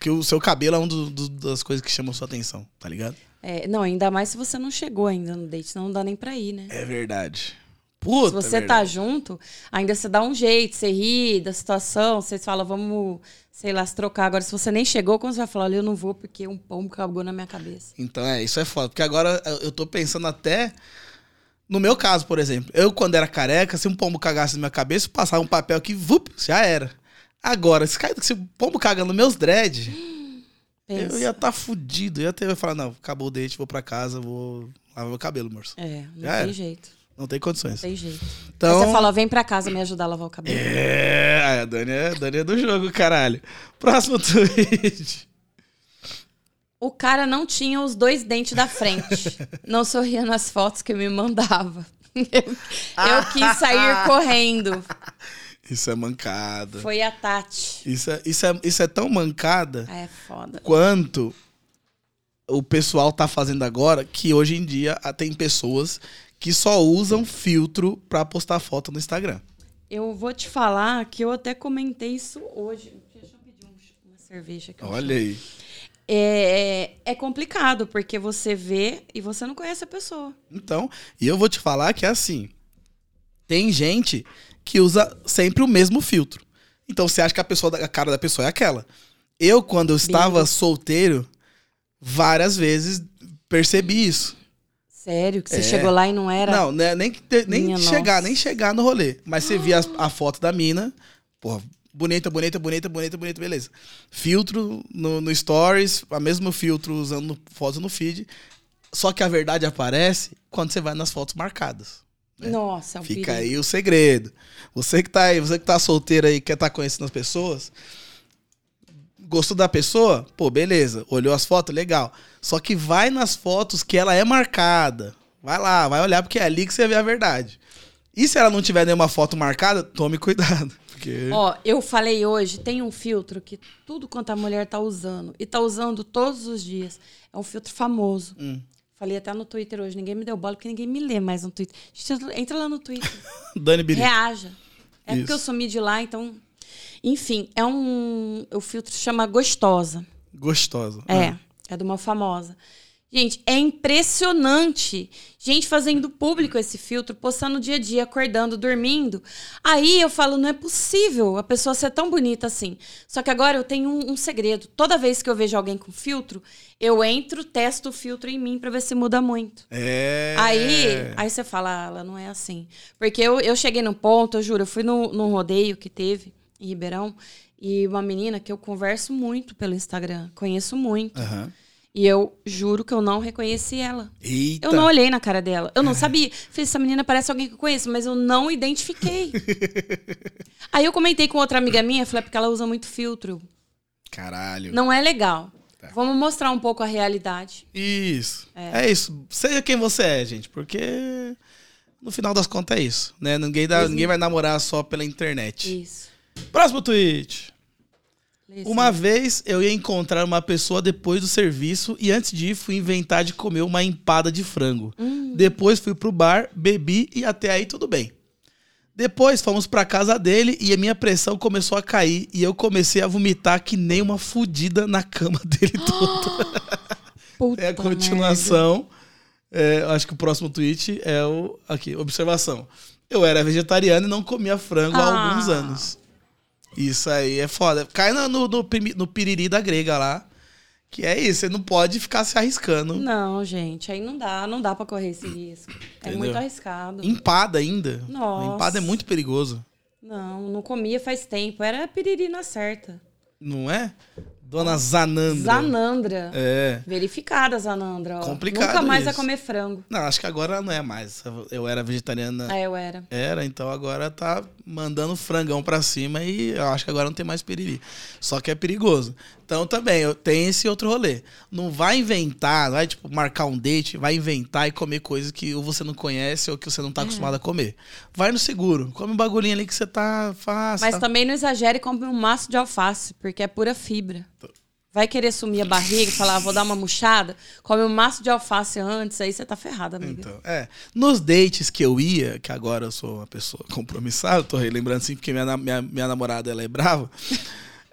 Speaker 1: Que o seu cabelo é uma das coisas que chamam sua atenção, tá ligado?
Speaker 4: É, não, ainda mais se você não chegou ainda no date, senão não dá nem pra ir, né?
Speaker 1: É verdade. Puta,
Speaker 4: Se você
Speaker 1: é
Speaker 4: tá
Speaker 1: verdade.
Speaker 4: junto, ainda você dá um jeito, você ri da situação, você fala, vamos, sei lá, se trocar. Agora, se você nem chegou, quando você vai falar, olha, eu não vou porque um pombo cagou na minha cabeça.
Speaker 1: Então é, isso é foda. Porque agora eu- eu tô pensando até. No meu caso, por exemplo, eu quando era careca, se um pombo cagasse na minha cabeça, eu passava um papel que, vup, já era. Agora, se, cai- se o pombo caga nos meus dreads,
Speaker 4: Pensa.
Speaker 1: eu ia estar tá fudido. Eu ia ter eu ia falar, não, acabou o date, vou pra casa, vou lavar meu cabelo, moço.
Speaker 4: É, não
Speaker 1: Já
Speaker 4: tem
Speaker 1: era.
Speaker 4: jeito,
Speaker 1: Não tem
Speaker 4: não
Speaker 1: condições.
Speaker 4: tem jeito. Aí
Speaker 1: Então,
Speaker 4: você fala, vem pra casa me ajudar a lavar o cabelo.
Speaker 1: é, a Dani, é, a Dani é do jogo, caralho. Próximo tweet.
Speaker 4: O cara não tinha os dois dentes da frente. não sorria nas fotos que me mandava.
Speaker 1: Ah.
Speaker 4: eu quis sair correndo.
Speaker 1: Isso é mancada.
Speaker 4: Foi a Tati.
Speaker 1: Isso é, isso, é, isso é tão mancada
Speaker 4: É foda.
Speaker 1: quanto o pessoal tá fazendo agora, que hoje em dia ah, tem pessoas que só usam filtro pra postar foto no Instagram.
Speaker 4: Eu vou te falar que eu até comentei isso hoje. Deixa eu pedir um ch- uma cerveja aqui. um
Speaker 1: Olha aí.
Speaker 4: É, é complicado, porque você vê e você não conhece a pessoa.
Speaker 1: Então, e eu vou te falar que é assim. Tem gente que usa sempre o mesmo filtro. Então você acha que a pessoa da- a cara da pessoa é aquela. Eu quando eu estava solteiro, várias vezes percebi isso.
Speaker 4: Sério? Que você
Speaker 1: É.
Speaker 4: chegou lá e não era?
Speaker 1: Não, né, nem que te- nem
Speaker 4: Minha
Speaker 1: chegar,
Speaker 4: nossa.
Speaker 1: nem chegar no rolê, mas você via as- a, foto da mina, porra, bonita, bonita, bonita, bonita, bonita, beleza. Filtro no, no Stories, a mesmo filtro usando no- foto no feed. Só que a verdade aparece quando você vai nas fotos marcadas. É.
Speaker 4: Nossa, é um
Speaker 1: Fica
Speaker 4: perigo.
Speaker 1: aí o segredo. Você que tá aí, você que tá solteiro aí, quer tá conhecendo as pessoas, gostou da pessoa? Pô, beleza. Olhou as fotos? Legal. Só que vai nas fotos que ela é marcada. Vai lá, vai olhar, porque é ali que você vê a verdade. E se ela não tiver nenhuma foto marcada, tome cuidado. Porque.
Speaker 4: Ó, eu falei hoje, tem um filtro que tudo quanto a mulher tá usando, e tá usando todos os dias. É um filtro famoso.
Speaker 1: Hum.
Speaker 4: Falei até no Twitter hoje, ninguém me deu bola, porque ninguém me lê mais no Twitter. Gente, entra lá no Twitter.
Speaker 1: Dani Biri.
Speaker 4: Reaja. É
Speaker 1: Isso.
Speaker 4: porque eu sumi de lá, então. Enfim, é um. O filtro chama Gostosa.
Speaker 1: Gostosa. Ah.
Speaker 4: É, é de uma famosa. Gente, é impressionante. Gente fazendo público esse filtro, postando dia a dia, acordando, dormindo. Aí eu falo, não é possível a pessoa ser tão bonita assim. Só que agora eu tenho um, um segredo. Toda vez que eu vejo alguém com filtro, eu entro, testo o filtro em mim pra ver se muda muito.
Speaker 1: É.
Speaker 4: Aí, aí você fala, "Ah, ela não é assim. Porque eu, eu cheguei num ponto, eu juro, eu fui num, num rodeio que teve em Ribeirão, e uma menina que eu converso muito pelo Instagram, conheço muito.
Speaker 1: Aham.
Speaker 4: E eu juro que eu não reconheci ela.
Speaker 1: Eita.
Speaker 4: Eu não olhei na cara dela. Eu
Speaker 1: É.
Speaker 4: não sabia. Falei, essa menina parece alguém que eu conheço, mas eu não identifiquei. aí eu comentei com outra amiga minha, falei, "É porque ela usa muito filtro.
Speaker 1: Caralho.
Speaker 4: Não é legal.
Speaker 1: Tá.
Speaker 4: Vamos mostrar um pouco a realidade.
Speaker 1: Isso. É. isso. Seja quem você é, gente, porque no final das contas é isso, né? Ninguém, dá- ninguém vai namorar só pela internet.
Speaker 4: Isso. assim,
Speaker 1: Próximo tweet.
Speaker 4: Lê esse
Speaker 1: Uma vez eu ia encontrar uma pessoa depois do serviço e antes de ir fui inventar de comer uma empada de frango. Depois fui pro bar, bebi e até aí tudo bem. Depois fomos pra casa dele e a minha pressão começou a cair e eu comecei a vomitar que nem uma fudida na cama dele
Speaker 4: Puta
Speaker 1: é a continuação. É, eu acho que o próximo tweet é o. Aqui, observação. Eu era vegetariano e não comia frango há
Speaker 4: Ah.
Speaker 1: alguns anos. Isso aí é foda. Cai no, no, no pimi- no piriri da grega lá. Que é isso, você não pode ficar se arriscando.
Speaker 4: Não, gente, aí não dá, não dá pra correr esse risco. É
Speaker 1: Entendeu?
Speaker 4: muito arriscado.
Speaker 1: Empada ainda.
Speaker 4: Nossa.
Speaker 1: Empada é muito perigoso.
Speaker 4: Não, não comia faz tempo, era piriri na certa.
Speaker 1: Não é? Dona Zanandra.
Speaker 4: Zanandra.
Speaker 1: É.
Speaker 4: Verificada Zanandra, ó.
Speaker 1: Complicado
Speaker 4: Nunca mais vai
Speaker 1: isso.
Speaker 4: comer frango.
Speaker 1: Não, acho que agora não é mais. Eu era vegetariana.
Speaker 4: Ah, eu era.
Speaker 1: Era, então agora tá mandando frangão pra cima e eu acho que agora não tem mais piriri. Só que é perigoso. Então também, eu- tem esse outro rolê. Não vai inventar, não vai tipo marcar um date, vai inventar e comer coisas que ou você não conhece ou que você não tá acostumado a comer. Vai no seguro, come um bagulhinho ali que você tá fácil.
Speaker 4: Mas também não exagere e compre um maço de alface, porque é pura fibra. Vai querer sumir a barriga e falar, "Ah, vou dar uma murchada? Come um maço de alface antes, aí você tá ferrada, amiga.
Speaker 1: Então, é. Nos dates que eu ia, que agora eu sou uma pessoa compromissada, tô relembrando assim, porque minha, na- minha, minha namorada ela é brava.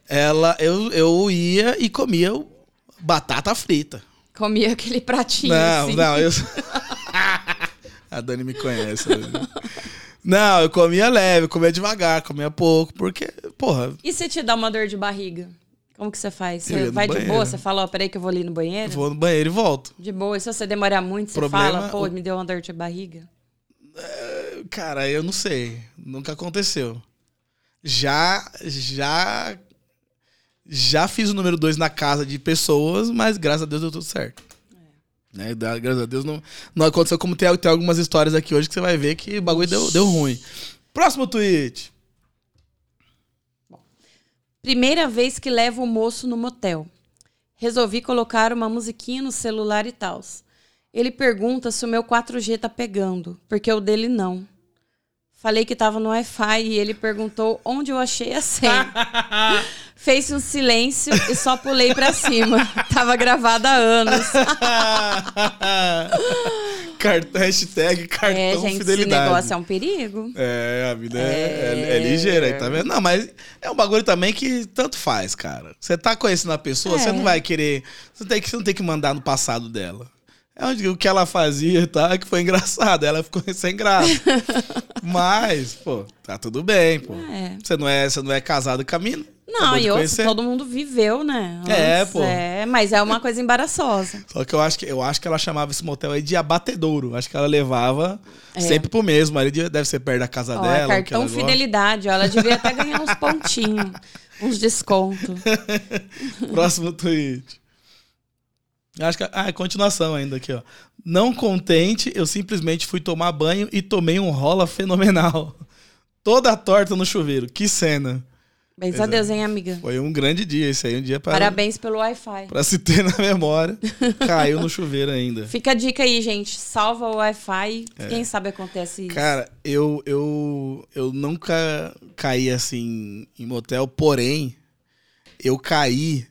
Speaker 1: Ela, eu, eu ia e comia o- batata frita.
Speaker 4: Comia aquele pratinho
Speaker 1: Então. Não,
Speaker 4: assim.
Speaker 1: não, eu. A Dani me conhece. né? Não, eu comia leve, eu comia devagar, comia pouco, porque, porra,
Speaker 4: E se te dá uma dor de barriga? Como que você faz?
Speaker 1: Eu ia
Speaker 4: Você
Speaker 1: no
Speaker 4: vai de
Speaker 1: banheiro.
Speaker 4: boa, você fala, ó, peraí que eu vou ali no
Speaker 1: eu
Speaker 4: banheiro?
Speaker 1: vou no banheiro e volto.
Speaker 4: De boa. E se você demorar muito, você
Speaker 1: Problema-
Speaker 4: fala, pô,
Speaker 1: o-
Speaker 4: me deu uma dor de barriga?
Speaker 1: Cara, eu não sei. Nunca aconteceu. Já. Já. Já fiz o número dois na casa de pessoas, mas graças a Deus deu tudo certo.
Speaker 4: É.
Speaker 1: Né? da- Graças a Deus não, não aconteceu como tem, tem algumas histórias aqui hoje que você vai ver que o bagulho deu, deu ruim. Próximo tweet.
Speaker 4: Primeira vez que levo o moço no motel. Resolvi colocar uma musiquinha no celular e tal. Ele pergunta se o meu 4G tá pegando, porque o dele não. Falei que tava no Wi-Fi e ele perguntou onde eu achei a senha. Fez um silêncio e só pulei pra cima. Tava gravada há anos.
Speaker 1: Cartão, hashtag cartão
Speaker 4: É, gente,
Speaker 1: fidelidade.
Speaker 4: esse negócio é um perigo.
Speaker 1: É, a vida é, é- é ligeira aí, tá vendo? Não, mas é um bagulho também que tanto faz, cara. Você tá conhecendo a pessoa,
Speaker 4: É.
Speaker 1: você não vai querer. Você, tem que, você não tem que mandar no passado dela. É onde o que ela fazia, tá? Que foi engraçado. Ela ficou sem graça. mas, pô, tá tudo bem, pô.
Speaker 4: É.
Speaker 1: Você não é, você não é casado com a mina?
Speaker 4: Não,
Speaker 1: Acabou de
Speaker 4: e outro,
Speaker 1: conhecer.
Speaker 4: todo mundo viveu, né?
Speaker 1: É,
Speaker 4: Antes,
Speaker 1: pô.
Speaker 4: É, mas é uma coisa embaraçosa.
Speaker 1: Só que eu acho que eu acho que ela chamava esse motel aí de abatedouro. Acho que ela levava
Speaker 4: É.
Speaker 1: sempre pro mesmo. Ali de- deve ser perto da casa
Speaker 4: Ó, é
Speaker 1: Tá dela. o que
Speaker 4: cartão
Speaker 1: ela gosta.
Speaker 4: fidelidade, ó, ela devia até ganhar uns pontinhos, uns descontos.
Speaker 1: Próximo tweet. Acho que. Ah, é continuação ainda aqui, ó. Não contente, eu simplesmente fui tomar banho e tomei um rola fenomenal. Toda torta no chuveiro. Que cena.
Speaker 4: Bens
Speaker 1: Pois
Speaker 4: a
Speaker 1: é.
Speaker 4: Deus, hein, amiga?
Speaker 1: Foi um grande dia esse aí, um dia para,
Speaker 4: Parabéns pelo Wi-Fi.
Speaker 1: para se ter na memória. Caiu no chuveiro ainda.
Speaker 4: Fica a dica aí, gente. Salva o Wi-Fi. Quem sabe acontece isso.
Speaker 1: É. Cara, eu, eu, eu nunca caí assim em motel, porém, eu caí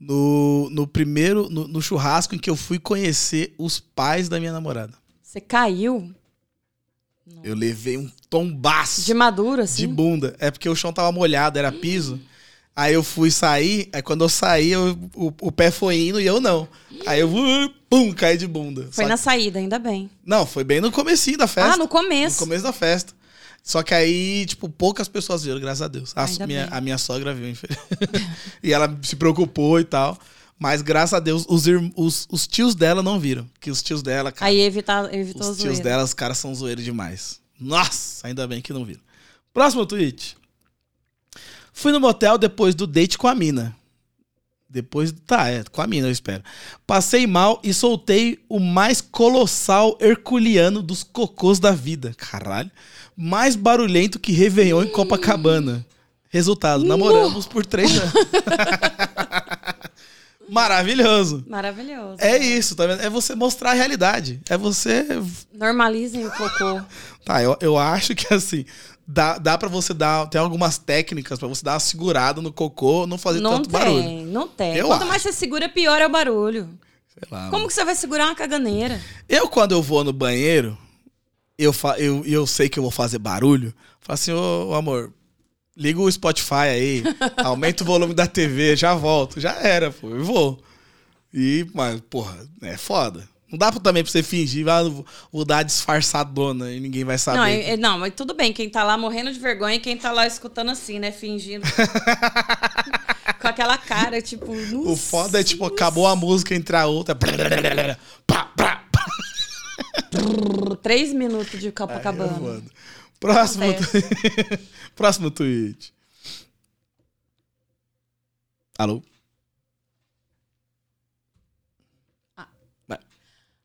Speaker 1: no, no primeiro, no, no churrasco em que eu fui conhecer os pais da minha namorada.
Speaker 4: Você caiu
Speaker 1: Eu levei um tombaço
Speaker 4: de
Speaker 1: de,
Speaker 4: maduro, assim?
Speaker 1: bunda. É porque o chão tava molhado, era piso. Aí eu fui sair, aí quando eu saí, eu- o, o pé foi indo e eu não. Aí eu, uh, pum, caí de bunda.
Speaker 4: Foi
Speaker 1: Só
Speaker 4: na
Speaker 1: que-
Speaker 4: saída, ainda bem.
Speaker 1: Não, foi bem no comecinho da festa.
Speaker 4: Ah, no começo.
Speaker 1: No começo da festa. Só que aí, tipo, poucas pessoas viram, graças a Deus. A,
Speaker 4: Ainda
Speaker 1: minha,
Speaker 4: bem.
Speaker 1: a minha sogra viu, infelizmente. e ela se preocupou e tal. Mas, graças a Deus, os, irm- os, os tios dela não viram. Que os tios dela, cara.
Speaker 4: Aí evita, evitou
Speaker 1: os
Speaker 4: os
Speaker 1: tios
Speaker 4: zoeira.
Speaker 1: dela, os caras são zoeiros demais. Nossa, ainda bem que não viram. Próximo tweet. Fui no motel depois do date com a mina. Depois, tá, é, com a mina, eu espero. Passei mal e soltei o mais colossal herculeano dos cocôs da vida. Caralho. Mais barulhento que Réveillon em Copacabana. Resultado, namoramos por três anos. Maravilhoso.
Speaker 4: Maravilhoso.
Speaker 1: É isso, tá vendo? É você mostrar a realidade. É você
Speaker 4: Normalizem o cocô.
Speaker 1: Tá, eu, eu acho que assim, dá, dá pra você dar. Tem algumas técnicas pra você dar uma segurada no cocô, não fazer
Speaker 4: não
Speaker 1: tanto barulho.
Speaker 4: tem, não tem.
Speaker 1: Eu
Speaker 4: Quanto
Speaker 1: acho.
Speaker 4: mais você segura, pior é o barulho.
Speaker 1: Sei lá.
Speaker 4: Como que você vai segurar uma caganeira?
Speaker 1: Eu, quando eu vou no banheiro, eu, fa eu, eu sei que eu vou fazer barulho. Falo assim, ô amor, liga o Spotify aí, aumenta o volume da TV, já volto. Já era, pô, eu vou. E, mas, porra, é foda. Não dá pra, também pra você fingir, ah, eu vou, vou dar a disfarçadona e ninguém vai saber.
Speaker 4: Não, é- é- não, mas tudo bem. Quem tá lá morrendo de vergonha e quem tá lá escutando assim, né? Fingindo. Com aquela cara, tipo...
Speaker 1: O foda é tipo, acabou a música, entra a outra. Pá, pá, pá.
Speaker 4: Três minutos de Copacabana.
Speaker 1: Foda. Próximo,
Speaker 4: Tá Acontece.
Speaker 1: tu- Próximo tweet. Alô?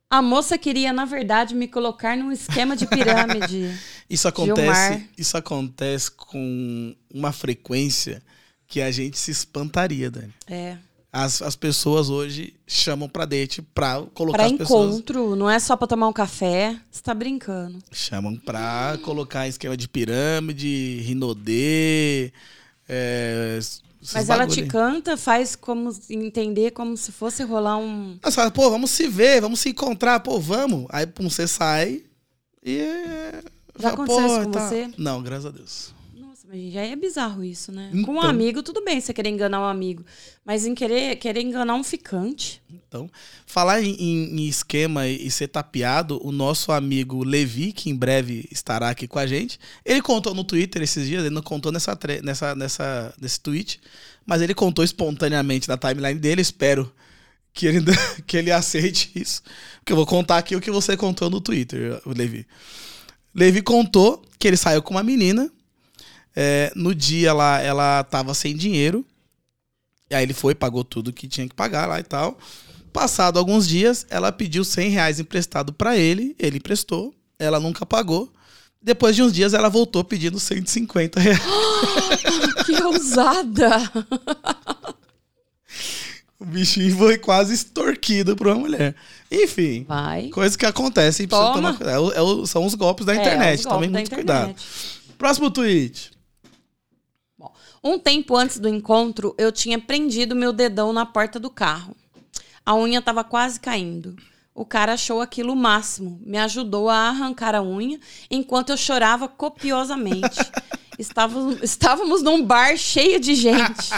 Speaker 4: A moça queria, na verdade, me colocar num esquema de pirâmide.
Speaker 1: Isso acontece,
Speaker 4: Gilmar.
Speaker 1: isso acontece com uma frequência que a gente se espantaria, Dani.
Speaker 4: é.
Speaker 1: As, as pessoas hoje chamam pra date pra colocar
Speaker 4: Pra
Speaker 1: as pessoas.
Speaker 4: encontro, não é só pra tomar um café. Você tá brincando.
Speaker 1: Chamam pra colocar esquema de pirâmide, rinodê. É, esses
Speaker 4: Mas ela
Speaker 1: bagulho
Speaker 4: te
Speaker 1: aí.
Speaker 4: canta, faz como entender como se fosse rolar um.
Speaker 1: Aí você fala, pô, vamos se ver, vamos se encontrar, pô, vamos. Aí, pum, você sai e.
Speaker 4: Já
Speaker 1: fala,
Speaker 4: aconteceu
Speaker 1: pô,
Speaker 4: isso com você?
Speaker 1: Não, graças a Deus.
Speaker 4: Nossa, mas já é bizarro isso, né? Com um
Speaker 1: Então.
Speaker 4: amigo, tudo bem você querer enganar um amigo. Mas em querer, querer enganar um ficante.
Speaker 1: Então, falar em, em- em esquema e, e ser tapeado, o nosso amigo Levi, que em breve estará aqui com a gente, ele contou no Twitter esses dias, ele não contou nessa, tre- nessa, nessa, nesse tweet, mas ele contou espontaneamente na timeline dele, espero que ele, que ele aceite isso. Porque eu vou contar aqui o que você contou no Twitter, Levi. Levi contou que ele saiu com uma menina. é, no dia lá, ela tava sem dinheiro. E aí ele foi, pagou tudo que tinha que pagar lá e tal. Passado alguns dias, ela pediu 100 reais emprestado pra ele. Ele emprestou. Ela nunca pagou. Depois de uns dias, ela voltou pedindo 150 reais.
Speaker 4: Que ousada!
Speaker 1: O bichinho foi quase extorquido por uma mulher. Enfim,
Speaker 4: Vai.
Speaker 1: coisas que acontecem. Precisa
Speaker 4: Toma.
Speaker 1: tomar cuidado. É o- é o- são os golpes da
Speaker 4: É,
Speaker 1: internet.
Speaker 4: os golpes
Speaker 1: Também
Speaker 4: da
Speaker 1: muito cuidado.
Speaker 4: internet.
Speaker 1: Próximo tweet.
Speaker 4: Um tempo antes do encontro, eu tinha prendido meu dedão na porta do carro. A unha estava quase caindo. O cara achou aquilo o máximo, me ajudou a arrancar a unha enquanto eu chorava copiosamente. Estávamos, estávamos num bar cheio de gente.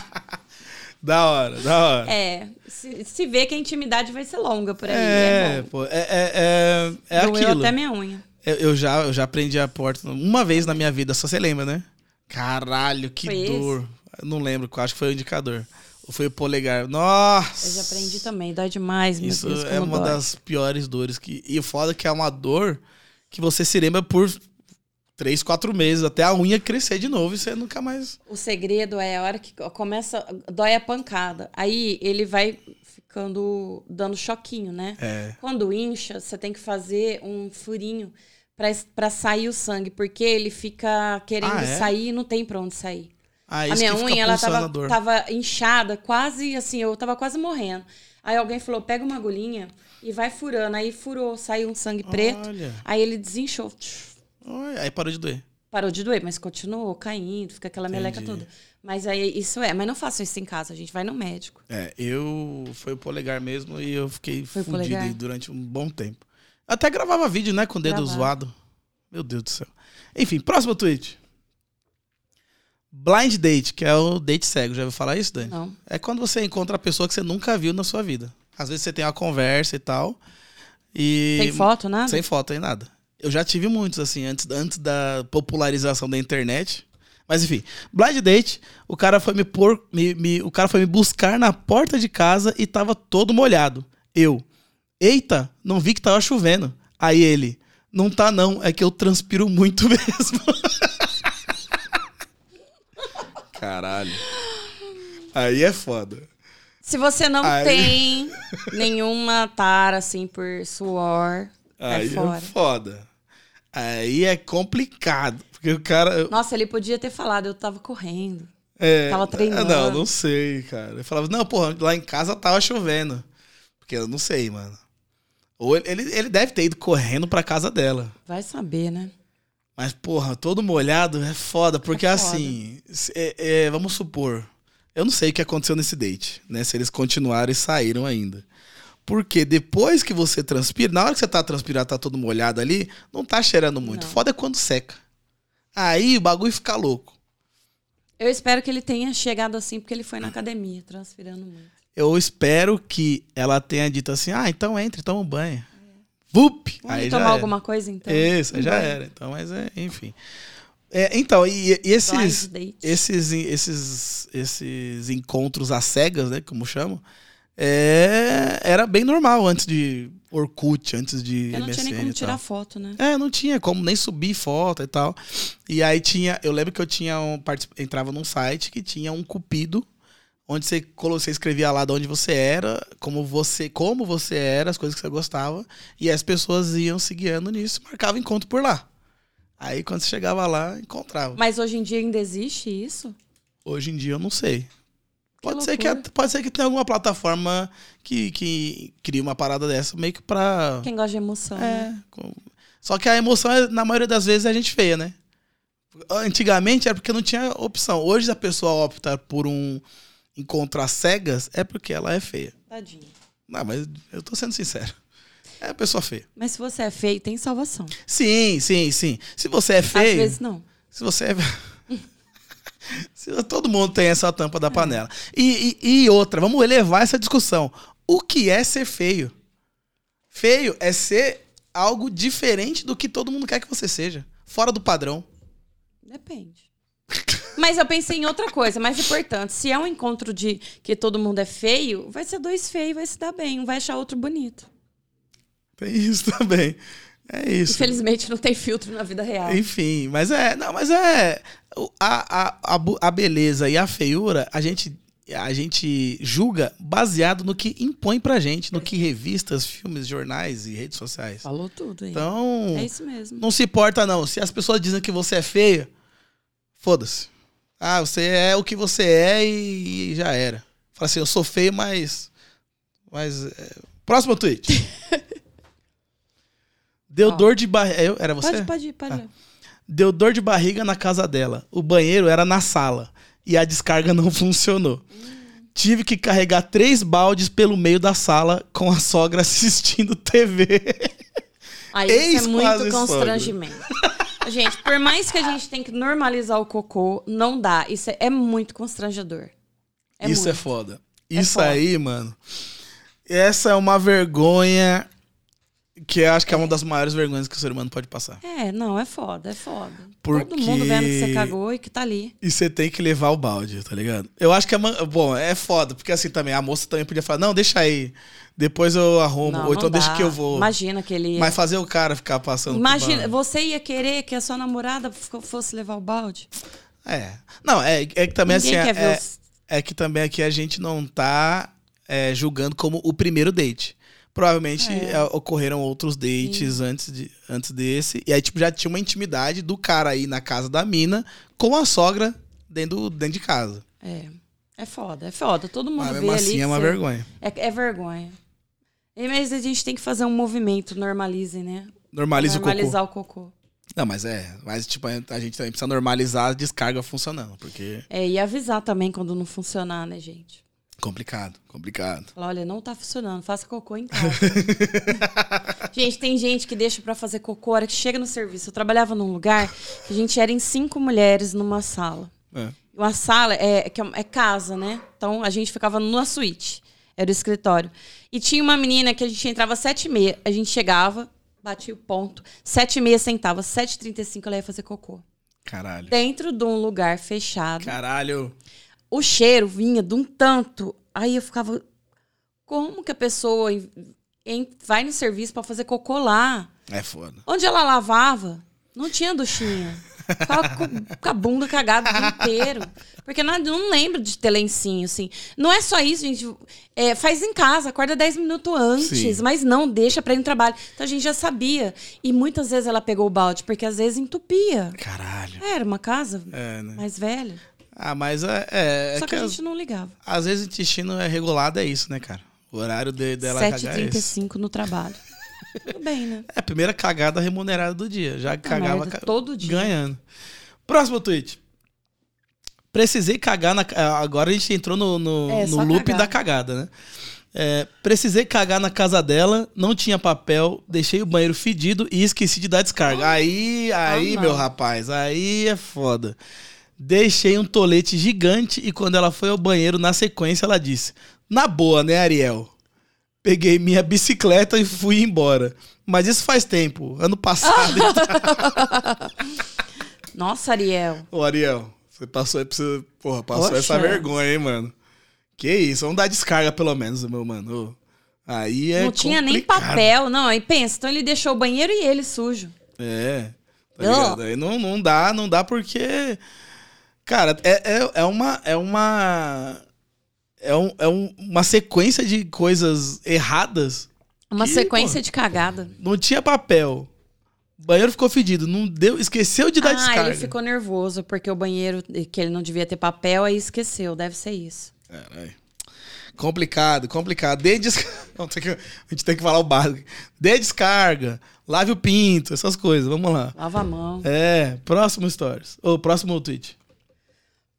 Speaker 1: Da hora, da hora.
Speaker 4: É, se, se vê que a intimidade vai ser longa por aí. É,
Speaker 1: É,
Speaker 4: bom.
Speaker 1: pô, é, é, é, é
Speaker 4: Doeu
Speaker 1: aquilo.
Speaker 4: até minha unha.
Speaker 1: Eu, eu já, eu já prendi a porta uma vez na minha vida, só você lembra, né? Caralho, que
Speaker 4: Foi esse?
Speaker 1: dor. Não lembro, acho que foi o indicador. Ou foi o polegar. Nossa!
Speaker 4: Eu já aprendi também, dói demais, meu
Speaker 1: Isso
Speaker 4: Deus, como
Speaker 1: é uma
Speaker 4: dói.
Speaker 1: das piores dores. Que, e o foda é que é uma dor que você se lembra por três, quatro meses, até a unha crescer de novo e você nunca mais.
Speaker 4: O segredo é a hora que começa, dói a pancada. Aí ele vai ficando, dando choquinho, né?
Speaker 1: É.
Speaker 4: Quando incha, você tem que fazer um furinho pra pra sair o sangue, porque ele fica querendo
Speaker 1: Ah, é?
Speaker 4: sair e não tem pra onde sair.
Speaker 1: Ah,
Speaker 4: a
Speaker 1: isso
Speaker 4: minha
Speaker 1: que fica
Speaker 4: unha, ela
Speaker 1: pulsando
Speaker 4: tava,
Speaker 1: a dor.
Speaker 4: tava inchada, quase assim, eu tava quase morrendo. Aí alguém falou: pega uma agulhinha e vai furando. Aí furou, saiu um sangue preto.
Speaker 1: Olha,
Speaker 4: Aí ele desinchou. Tch,
Speaker 1: olha, aí parou de doer.
Speaker 4: Parou de doer, mas continuou caindo, fica aquela meleca
Speaker 1: Entendi.
Speaker 4: toda. Mas aí isso é, mas não façam isso em casa, a gente vai no médico.
Speaker 1: É, eu. Foi o polegar mesmo e eu fiquei
Speaker 4: Foi o
Speaker 1: fudido
Speaker 4: polegar?
Speaker 1: aí durante um bom tempo. Até gravava vídeo, né? Com o dedo
Speaker 4: Gravava.
Speaker 1: zoado. Meu Deus do céu. Enfim, próximo tweet. Blind date, que é o date cego. Já ouviu falar isso, Dani?
Speaker 4: Não.
Speaker 1: É quando você encontra a pessoa que você nunca viu na sua vida. Às vezes você tem uma conversa e tal. E.
Speaker 4: Tem foto, nada?
Speaker 1: Sem foto, nem nada. Eu já tive muitos, assim, antes, antes da popularização da internet. Mas enfim, blind date, o cara foi me pôr. me- me- o cara foi me buscar na porta de casa e tava todo molhado. Eu. Eita, não vi que tava chovendo. Aí ele. Não tá não, é que eu transpiro muito mesmo. Caralho. Aí é foda.
Speaker 4: Se você não
Speaker 1: Aí-
Speaker 4: tem nenhuma tara assim por suor, vai
Speaker 1: Aí é
Speaker 4: fora.
Speaker 1: foda. Aí é complicado. Porque o cara.
Speaker 4: Nossa, ele podia ter falado, eu tava correndo.
Speaker 1: É,
Speaker 4: Tava treinando.
Speaker 1: Não, não sei, cara. Eu falava, não, porra, lá em casa tava chovendo. Porque eu não sei, mano. Ou ele, ele, ele deve ter ido correndo pra casa dela.
Speaker 4: Vai saber, né?
Speaker 1: Mas, porra, todo molhado é foda. Porque,
Speaker 4: É foda.
Speaker 1: assim, se- é- é, vamos supor. Eu não sei o que aconteceu nesse date, né? Se eles continuaram e saíram ainda. Porque depois que você transpira, na hora que você tá transpirando, tá todo molhado ali, não tá cheirando muito.
Speaker 4: Não.
Speaker 1: Foda é quando seca. Aí o bagulho fica louco.
Speaker 4: Eu espero que ele tenha chegado assim, porque ele foi na academia, transpirando muito.
Speaker 1: Eu espero que ela tenha dito assim: ah, então entre, toma um banho. Vup!
Speaker 4: Vamos
Speaker 1: aí já é.
Speaker 4: tomar
Speaker 1: era.
Speaker 4: alguma coisa então?
Speaker 1: Isso, aí já era. Então, mas é, enfim. É, então, e, e esses,
Speaker 4: Blind date.
Speaker 1: esses, esses, esses encontros às cegas, né, como chamam, é, era bem normal antes de Orkut, antes de
Speaker 4: Eu não tinha nem
Speaker 1: MSN
Speaker 4: como
Speaker 1: e tal.
Speaker 4: tirar foto, né?
Speaker 1: É, não tinha como nem subir foto e tal. E aí tinha, eu lembro que eu tinha um, partic- entrava num site que tinha um cupido onde você, colo- você escrevia lá de onde você era, como você, como você era, as coisas que você gostava, e as pessoas iam se guiando nisso, marcava encontro por lá. Aí quando você chegava lá, encontrava.
Speaker 4: Mas hoje em dia ainda existe isso?
Speaker 1: Hoje em dia eu não sei. Pode ser, que,
Speaker 4: loucura.
Speaker 1: pode ser que tenha alguma plataforma que, que crie uma parada dessa meio que pra.
Speaker 4: Quem gosta de emoção, né?
Speaker 1: Ah. É. com- Só que a emoção, é, na maioria das vezes, a gente feia, né? Antigamente era porque não tinha opção. Hoje a pessoa opta por um encontrar cegas é porque ela é feia.
Speaker 4: Tadinho.
Speaker 1: Não, mas eu tô sendo sincero. É a pessoa feia.
Speaker 4: Mas se você é feio, tem salvação.
Speaker 1: Sim, sim, sim. Se você é feio.
Speaker 4: Às vezes não.
Speaker 1: Se você é. Se- Todo mundo tem essa tampa da panela. E, e- e outra, vamos elevar essa discussão. O que é ser feio? Feio é ser algo diferente do que todo mundo quer que você seja. Fora do padrão.
Speaker 4: Depende. Mas eu pensei em outra coisa, mais importante. Se é um encontro de que todo mundo é feio, vai ser dois feios, vai se dar bem. Um vai achar outro bonito.
Speaker 1: Tem isso também. É isso.
Speaker 4: Infelizmente, não tem filtro na vida real.
Speaker 1: Enfim, mas é. Não, mas é. o- A, a, a, bu- a beleza e a feiura, a gente, a gente julga baseado no que impõe pra gente, no que revistas, filmes, jornais e redes sociais.
Speaker 4: Falou tudo aí.
Speaker 1: Então.
Speaker 4: é isso mesmo.
Speaker 1: não se importa, não. Se as pessoas dizem que você é feio, foda-se. Ah, você é o que você é e, e já era. Fala assim, eu sou feio, mas. Mas. é, Próximo tweet. Deu
Speaker 4: Ó.
Speaker 1: dor de barriga. Era você? Ah.
Speaker 4: Pode, pode ir, pode ir.
Speaker 1: Deu dor de barriga na casa dela. O banheiro era na sala. E a descarga não funcionou. Tive que carregar três baldes pelo meio da sala com a sogra assistindo TV.
Speaker 4: Aí
Speaker 1: Ex
Speaker 4: isso é muito
Speaker 1: quase
Speaker 4: constrangimento. Gente, por mais que a gente tenha que normalizar o cocô, não dá. Isso é, é muito constrangedor. É
Speaker 1: Isso é
Speaker 4: muito.
Speaker 1: foda.
Speaker 4: É
Speaker 1: Isso
Speaker 4: foda.
Speaker 1: aí, mano. Essa é uma vergonha Que eu acho que é uma das maiores vergonhas que o ser humano pode passar.
Speaker 4: É, não, é foda, é foda.
Speaker 1: Porque-
Speaker 4: Todo mundo vendo que você cagou e que tá ali.
Speaker 1: E você tem que levar o balde, tá ligado? Eu acho que a man... Bom, é foda, porque assim também, a moça também podia falar, não, deixa aí. Depois eu arrumo.
Speaker 4: Não,
Speaker 1: ou então
Speaker 4: não
Speaker 1: deixa
Speaker 4: dá.
Speaker 1: que eu vou.
Speaker 4: Imagina que ele.
Speaker 1: Mas fazer o cara ficar passando.
Speaker 4: Imagina,
Speaker 1: por
Speaker 4: você ia querer que a sua namorada fo- fosse levar o balde?
Speaker 1: É. Não, é, é que também
Speaker 4: Ninguém
Speaker 1: assim.
Speaker 4: quer
Speaker 1: é,
Speaker 4: ver os.
Speaker 1: é que também aqui a gente não tá é, julgando como o primeiro date. Provavelmente é, ocorreram outros dates antes, de, antes desse. E aí, tipo, já tinha uma intimidade do cara aí na casa da mina com a sogra dentro, do- dentro de casa.
Speaker 4: É. É foda, é foda. Todo mundo
Speaker 1: Mas
Speaker 4: vê
Speaker 1: mesmo
Speaker 4: ali.
Speaker 1: assim é uma
Speaker 4: que você-
Speaker 1: vergonha.
Speaker 4: é, é vergonha. E, mas a gente tem que fazer um movimento, normalize, né?
Speaker 1: Normaliza o
Speaker 4: Normalizar o cocô.
Speaker 1: cocô. Não, mas é. Mas, tipo, a gente também precisa normalizar a descarga funcionando, porque
Speaker 4: É, e avisar também quando não funcionar, né, gente?
Speaker 1: é complicado, complicado.
Speaker 4: Falar, olha, não tá funcionando, faça cocô em casa. gente, tem gente que deixa pra fazer cocô a hora que chega no serviço. Eu trabalhava num lugar que a gente era em cinco mulheres numa sala.
Speaker 1: É.
Speaker 4: Uma sala é, que é uma- é casa, né? Então a gente ficava numa suíte. Era o escritório. E tinha uma menina que a gente entrava às 7 e meia. A gente chegava, batia o ponto. 7 e meia sentava. 7 e 35 ela ia fazer cocô.
Speaker 1: Caralho.
Speaker 4: Dentro de um lugar fechado.
Speaker 1: Caralho.
Speaker 4: O cheiro vinha de um tanto. Aí eu ficava... Como que a pessoa em- em- vai no serviço pra fazer cocô lá?
Speaker 1: É foda.
Speaker 4: Onde ela lavava, não tinha duchinha. Ficava com, com a bunda cagada o dia inteiro. Porque não, não lembro de ter lencinho, assim. Não é só isso, gente. É, faz em casa, acorda 10 minutos antes.
Speaker 1: Sim.
Speaker 4: Mas não, deixa pra ir no trabalho. Então a gente já sabia. E muitas vezes ela pegou o balde, porque às vezes entupia.
Speaker 1: Caralho.
Speaker 4: Era uma casa
Speaker 1: É, né?
Speaker 4: mais velha.
Speaker 1: Ah, mas é. é, é
Speaker 4: só que, a
Speaker 1: as-
Speaker 4: gente não ligava.
Speaker 1: Às vezes o intestino é regulado, é isso, né, cara? O horário de- dela cagar é esse.
Speaker 4: 7h35 no trabalho. Tudo bem, né?
Speaker 1: É a primeira cagada remunerada do dia. Já cagava
Speaker 4: merda,
Speaker 1: ca-
Speaker 4: todo dia.
Speaker 1: ganhando. Próximo tweet. Precisei cagar na. ca- ah, Agora a gente entrou no, no,
Speaker 4: É,
Speaker 1: no
Speaker 4: só
Speaker 1: loop
Speaker 4: cagar.
Speaker 1: da cagada, né? É, precisei cagar na casa dela, não tinha papel, deixei o banheiro fedido e esqueci de dar descarga. Aí, aí,
Speaker 4: Ah, não.
Speaker 1: meu rapaz, aí é foda. Deixei um tolete gigante e quando ela foi ao banheiro, na sequência, ela disse: Na boa, né, Ariel? Peguei minha bicicleta e fui embora. Mas isso faz tempo, ano passado.
Speaker 4: Nossa, Ariel.
Speaker 1: Ô, Ariel, você passou, aí pra você- porra, passou
Speaker 4: Poxa.
Speaker 1: essa vergonha, hein, mano? Que isso, vamos dar descarga pelo menos, meu mano. Ô, Aí é
Speaker 4: não tinha nem
Speaker 1: complicado.
Speaker 4: papel, não. Aí pensa, então ele deixou o banheiro e ele sujo.
Speaker 1: É, tá
Speaker 4: Não.
Speaker 1: ligado? Aí não, não dá, não dá porque... Cara, é, é, é uma... É uma... É, um, é um- uma sequência de coisas erradas.
Speaker 4: Uma
Speaker 1: Que,
Speaker 4: sequência de cagada.
Speaker 1: Não tinha papel. O banheiro ficou fedido. Não deu, esqueceu de dar
Speaker 4: ah,
Speaker 1: descarga.
Speaker 4: ele ficou nervoso porque o banheiro, que ele não devia ter papel, aí esqueceu. Deve ser isso.
Speaker 1: Caralho. Complicado, complicado. Dê descarga. A gente tem que falar o básico. Dê descarga, lave o pinto, essas coisas. Vamos lá.
Speaker 4: Lava a mão.
Speaker 1: É, próximo stories. Ou próximo tweet.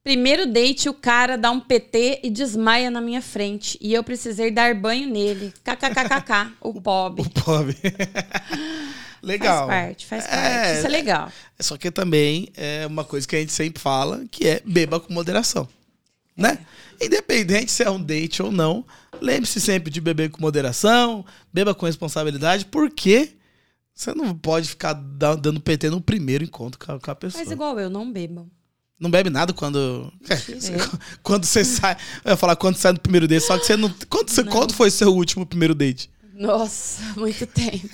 Speaker 4: Primeiro date, o cara dá um PT e desmaia na minha frente. E eu precisei dar banho nele. KKKKK, o pobre.
Speaker 1: O pobre. Legal.
Speaker 4: Faz parte, faz parte. Isso é legal.
Speaker 1: Só que também é uma coisa que a gente sempre fala, que é beba com moderação. Né? Independente se é um date ou não, lembre-se sempre de beber com moderação, beba com responsabilidade, porque você não pode ficar da- dando PT no primeiro encontro com a, com a pessoa.
Speaker 4: Faz igual eu, não bebo.
Speaker 1: Não bebe nada quando. Quando você sai. Eu ia falar quando sai no primeiro date, só que você não. Quando, você, quando foi seu último primeiro date?
Speaker 4: Nossa, muito tempo.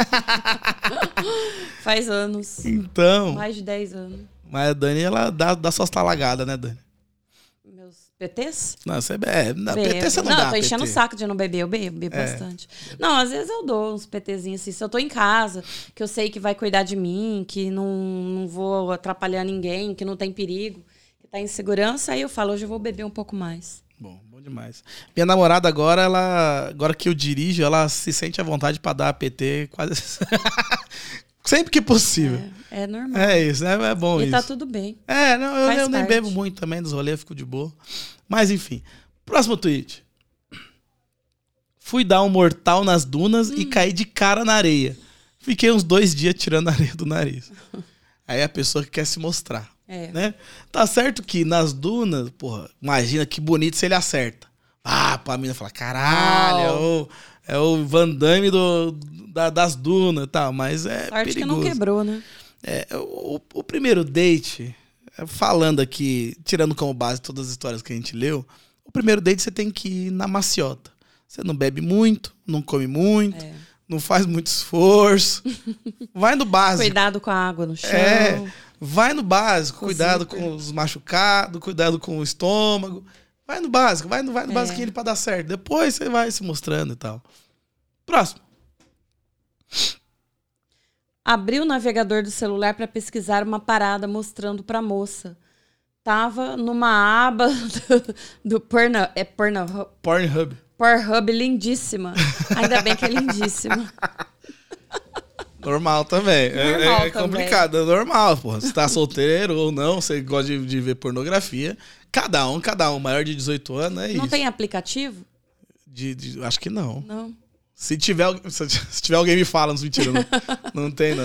Speaker 4: faz anos.
Speaker 1: Então.
Speaker 4: Mais de 10 anos.
Speaker 1: Mas a Dani, ela dá, dá suas talagadas, né, Dani?
Speaker 4: Meus PTs?
Speaker 1: Não, você bebe. Não, PT você não,
Speaker 4: não
Speaker 1: dá. É.
Speaker 4: eu tô enchendo o
Speaker 1: PT.
Speaker 4: saco de não beber, eu bebo, bebo bastante. Não, às vezes eu dou uns PTzinhos assim, se eu tô em casa, que eu sei que vai cuidar de mim, que não, não vou atrapalhar ninguém, que não tem perigo, que tá em segurança, aí eu falo, hoje eu vou beber um pouco mais.
Speaker 1: Bom, bom demais. Minha namorada agora, ela, agora que eu dirijo, ela se sente à vontade pra dar PT quase sempre que possível.
Speaker 4: É normal.
Speaker 1: É, isso, né? É bom
Speaker 4: e
Speaker 1: isso.
Speaker 4: tá tudo bem.
Speaker 1: É, não, eu,
Speaker 4: Faz
Speaker 1: eu nem
Speaker 4: parte.
Speaker 1: bebo muito também dos rolês, eu fico de boa. Mas enfim. Próximo tweet. Fui dar um mortal nas dunas
Speaker 4: Hum.
Speaker 1: e caí de cara na areia. Fiquei uns dois dias tirando a areia do nariz. Aí a pessoa que quer se mostrar.
Speaker 4: É.
Speaker 1: Né? Tá certo que nas dunas, porra, imagina que bonito se ele acerta. Ah, pra mina falar, caralho, ô, é o Van Damme do, da- das dunas e tal, mas é
Speaker 4: Sorte que
Speaker 1: perigoso.
Speaker 4: não quebrou, né?
Speaker 1: É, o, o- o primeiro date, é, falando aqui, tirando como base todas as histórias que a gente leu, o primeiro date você tem que ir na maciota. Você não bebe muito, não come muito,
Speaker 4: É.
Speaker 1: não faz muito esforço. Vai no básico.
Speaker 4: Cuidado com a água no chão.
Speaker 1: É, vai no básico,
Speaker 4: Com
Speaker 1: cuidado
Speaker 4: zíper.
Speaker 1: com os machucados, cuidado com o estômago. Vai no básico, vai no, vai no
Speaker 4: É.
Speaker 1: básico ele pra dar certo. Depois você vai se mostrando e tal. Próximo.
Speaker 4: Abri o navegador do celular para pesquisar uma parada mostrando para moça. Tava numa aba do, do porno, é porno,
Speaker 1: Pornhub.
Speaker 4: Pornhub lindíssima. Ainda bem que é lindíssima.
Speaker 1: Normal também. É-
Speaker 4: Normal
Speaker 1: é, é
Speaker 4: também.
Speaker 1: complicado, é normal, pô. Você tá solteiro ou não, você gosta de, de ver pornografia. Cada um, cada um. Maior de 18 anos, é
Speaker 4: Não
Speaker 1: isso.
Speaker 4: tem aplicativo?
Speaker 1: De- de- acho que não.
Speaker 4: Não.
Speaker 1: Se tiver, al- se se tiver alguém me fala, não, mentira, não, não tem não.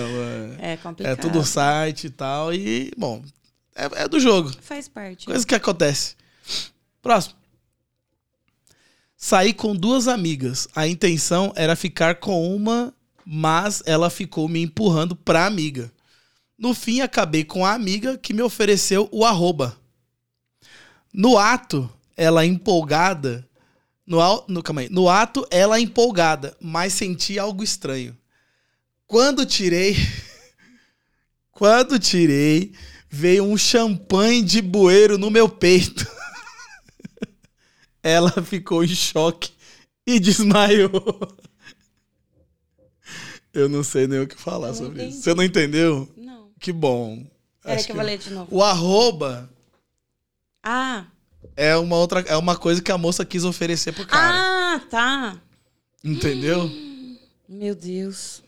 Speaker 1: É,
Speaker 4: É
Speaker 1: é
Speaker 4: complicado.
Speaker 1: tudo site e tal. E, bom, é- é do jogo.
Speaker 4: Faz parte.
Speaker 1: Coisa que acontece. Próximo. Saí com duas amigas. A intenção era ficar com uma, mas ela ficou me empurrando pra amiga. No fim, acabei com a amiga que me ofereceu o arroba. No ato, ela empolgada. No, au- no, calma aí. No ato, ela é empolgada, mas senti algo estranho. Quando tirei. Quando tirei, veio um champanhe de bueiro no meu peito. Ela ficou em choque e desmaiou. Eu não sei nem o que falar
Speaker 4: Não
Speaker 1: sobre
Speaker 4: entendi.
Speaker 1: isso. Você não entendeu?
Speaker 4: Não.
Speaker 1: Que bom.
Speaker 4: Peraí
Speaker 1: Acho
Speaker 4: que eu vou ler de novo.
Speaker 1: O arroba
Speaker 4: Ah.
Speaker 1: é uma outra é uma coisa que a moça quis oferecer pro cara,
Speaker 4: Ah, tá.
Speaker 1: entendeu?
Speaker 4: Meu Deus.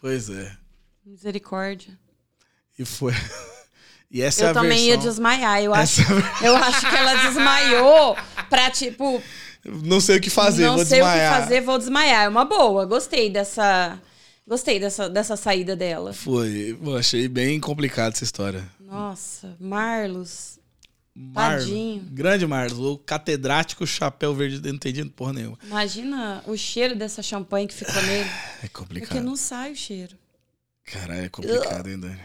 Speaker 1: Pois é.
Speaker 4: Misericórdia.
Speaker 1: E foi. E essa é
Speaker 4: eu
Speaker 1: a
Speaker 4: também ia
Speaker 1: versão.
Speaker 4: desmaiar. Eu acho,
Speaker 1: Essa é a ver-
Speaker 4: eu acho que ela desmaiou pra, tipo,
Speaker 1: Não sei o que fazer,
Speaker 4: não
Speaker 1: vou
Speaker 4: sei
Speaker 1: desmaiar.
Speaker 4: o que fazer, vou desmaiar. É uma boa. Gostei dessa. Gostei dessa, dessa saída dela.
Speaker 1: Foi, eu achei bem complicada essa história.
Speaker 4: Nossa, Marlos.
Speaker 1: Marlos,
Speaker 4: Tadinho.
Speaker 1: grande Marlos, o catedrático chapéu verde, eu não entendi porra nenhuma.
Speaker 4: Imagina o cheiro dessa champanhe que ficou nele.
Speaker 1: É
Speaker 4: Porque
Speaker 1: complicado.
Speaker 4: não sai o cheiro.
Speaker 1: Caralho, é complicado, hein, Dani.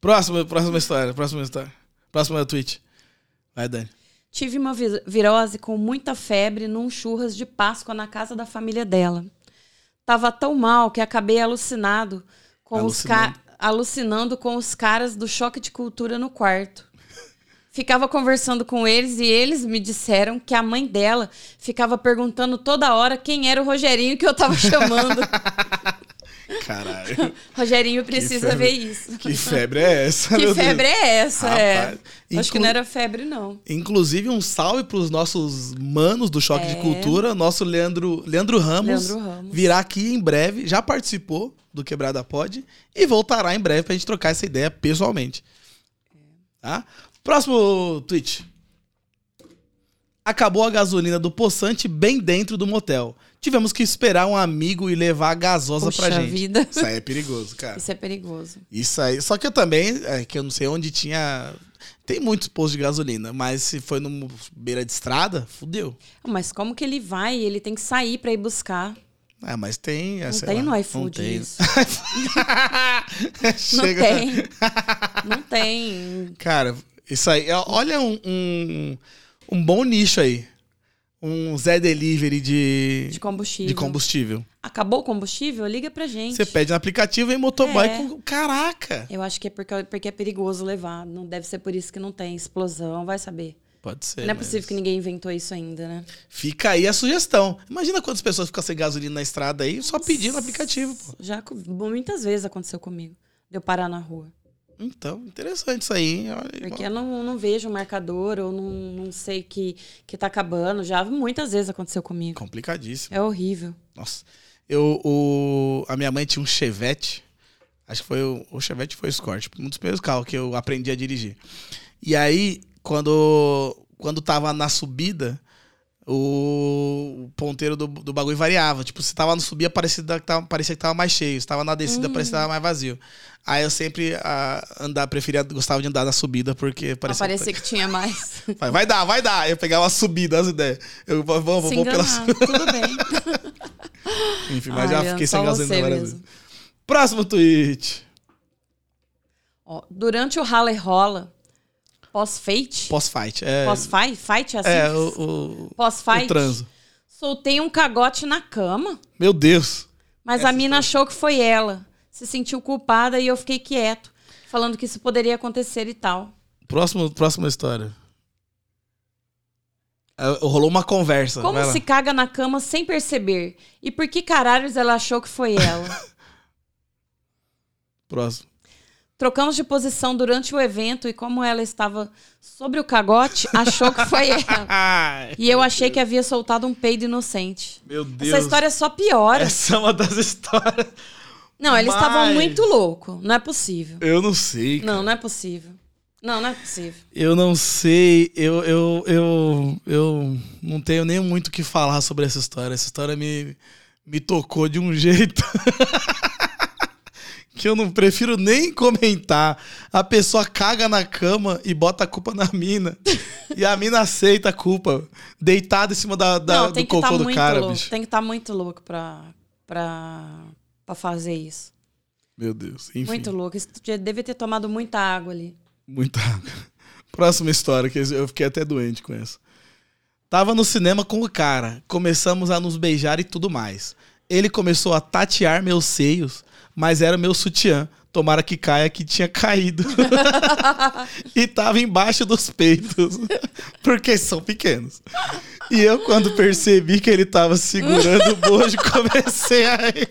Speaker 1: Próxima, próxima história, próxima história. Próxima é tweet. Vai, Dani.
Speaker 4: Tive uma vi- virose com muita febre num churras de Páscoa na casa da família dela. Tava tão mal que acabei alucinado com os
Speaker 1: Alucinando.
Speaker 4: ca... alucinando com os caras do choque de cultura no quarto. Ficava conversando com eles e eles me disseram que a mãe dela ficava perguntando toda hora quem era o Rogerinho que eu tava chamando.
Speaker 1: Caralho.
Speaker 4: Rogerinho precisa
Speaker 1: febre.
Speaker 4: ver isso.
Speaker 1: Que febre é essa,
Speaker 4: Que
Speaker 1: meu Deus?
Speaker 4: febre é essa? é?
Speaker 1: Rapaz,
Speaker 4: Acho que
Speaker 1: inclu-
Speaker 4: não era febre, não.
Speaker 1: Inclusive, um salve pros nossos manos do Choque de Cultura, nosso Leandro, Leandro Ramos.
Speaker 4: É. Leandro Ramos.
Speaker 1: Virá aqui em breve, já participou do Quebrada Pod e voltará em breve pra gente trocar essa ideia pessoalmente. Tá? Próximo tweet. Acabou a gasolina do poçante bem dentro do motel. Tivemos que esperar um amigo e levar a gasosa
Speaker 4: Puxa
Speaker 1: pra gente.
Speaker 4: vida.
Speaker 1: Isso aí é perigoso, cara.
Speaker 4: Isso é perigoso.
Speaker 1: Isso aí. Só que eu também, é, que eu não sei onde tinha. Tem muitos postos de gasolina, mas se foi numa beira de estrada, fudeu.
Speaker 4: Mas como que ele vai? Ele tem que sair pra ir buscar.
Speaker 1: Ah, mas tem.
Speaker 4: Não tem no iFood isso. Não
Speaker 1: Chega-
Speaker 4: tem. Não tem.
Speaker 1: Cara, isso aí. ó, Olha um, um, um bom nicho aí. Um Zé Delivery de,
Speaker 4: De combustível.
Speaker 1: de combustível.
Speaker 4: Acabou o combustível? Liga pra gente.
Speaker 1: Você pede no aplicativo e motoboy
Speaker 4: É.
Speaker 1: com. Caraca!
Speaker 4: Eu acho que é porque, porque é perigoso levar. Não deve ser por isso que não tem explosão, vai saber.
Speaker 1: Pode ser.
Speaker 4: não é
Speaker 1: mas-
Speaker 4: possível que ninguém inventou isso ainda, né?
Speaker 1: Fica aí a sugestão. Imagina quantas pessoas ficam sem gasolina na estrada aí só pedindo no aplicativo, pô.
Speaker 4: Já co- muitas vezes aconteceu comigo. De eu parar na rua.
Speaker 1: Então, interessante isso aí, hein? Olha,
Speaker 4: Porque é- eu não, não vejo o marcador ou não, não sei que, que tá acabando. Já muitas vezes aconteceu comigo.
Speaker 1: Complicadíssimo.
Speaker 4: É horrível.
Speaker 1: Nossa. Eu, o, a minha mãe tinha um Chevette. Acho que foi o, o Chevette foi o Escort. Um dos primeiros carros que eu aprendi a dirigir. E aí, quando, quando tava na subida, o ponteiro do, do bagulho variava. Tipo, se tava no subir, parecia que tava, parecia que tava mais cheio. Se tava na descida, parecia que tava mais vazio. Aí eu sempre ah, andar, preferia, gostava de andar na subida, porque
Speaker 4: Pra
Speaker 1: parecia.
Speaker 4: parecer que tinha mais.
Speaker 1: Vai, vai dar, vai dar. Eu pegava a subida, as ideias. Eu vou, vou,
Speaker 4: Se
Speaker 1: vou pela
Speaker 4: enganar, tudo bem.
Speaker 1: Enfim, mas
Speaker 4: Ai,
Speaker 1: já
Speaker 4: eu-
Speaker 1: fiquei
Speaker 4: só
Speaker 1: sem gasolina
Speaker 4: você
Speaker 1: várias
Speaker 4: mesmo.
Speaker 1: vezes. Próximo tweet.
Speaker 4: Ó, durante o rala e rola, pós-feit,
Speaker 1: Pós-fight. É,
Speaker 4: pós-fight, fight é assim?
Speaker 1: é
Speaker 4: que-
Speaker 1: o, o, o
Speaker 4: Pós-fight,
Speaker 1: transo.
Speaker 4: soltei um cagote na cama,
Speaker 1: Meu Deus.
Speaker 4: mas
Speaker 1: É,
Speaker 4: a mina achou que foi ela. Se sentiu culpada e eu fiquei quieto, falando que isso poderia acontecer e tal.
Speaker 1: Próximo, próxima história. É, Rolou uma conversa.
Speaker 4: Como
Speaker 1: Tá, vai lá.
Speaker 4: se caga na cama sem perceber? E por que caralhos ela achou que foi ela?
Speaker 1: Próximo.
Speaker 4: Trocamos de posição durante o evento e como ela estava sobre o cagote, achou que foi ela.
Speaker 1: Ai,
Speaker 4: E eu achei que havia soltado um peido inocente.
Speaker 1: meu Deus.
Speaker 4: Essa história só piora.
Speaker 1: Essa é uma das histórias.
Speaker 4: Não, eles
Speaker 1: Mas-
Speaker 4: estavam muito loucos. Não é possível.
Speaker 1: Eu não sei. cara.
Speaker 4: Não, não é possível. Não, não é possível.
Speaker 1: Eu não sei. Eu, eu, eu, eu não tenho nem muito o que falar sobre essa história. Essa história me, me tocou de um jeito. Que eu não prefiro nem comentar. A pessoa caga na cama e bota a culpa na mina. e a mina aceita a culpa. Deitada em cima da, da-
Speaker 4: não,
Speaker 1: do
Speaker 4: tem que estar
Speaker 1: cocô do
Speaker 4: muito
Speaker 1: cara,
Speaker 4: louco.
Speaker 1: bicho.
Speaker 4: Tem que estar muito louco pra, pra, pra fazer isso.
Speaker 1: Meu Deus. Enfim.
Speaker 4: Muito louco. Isso devia- devia ter tomado muita água ali.
Speaker 1: Muita água. Próxima história, que eu fiquei até doente com essa. Tava no cinema com o cara, começamos a nos beijar e tudo mais. Ele começou a tatear meus seios, mas era meu sutiã. Tomara que caia que tinha caído. e tava embaixo dos peitos, porque são pequenos. E eu, quando percebi que ele tava segurando o bojo, comecei a rir.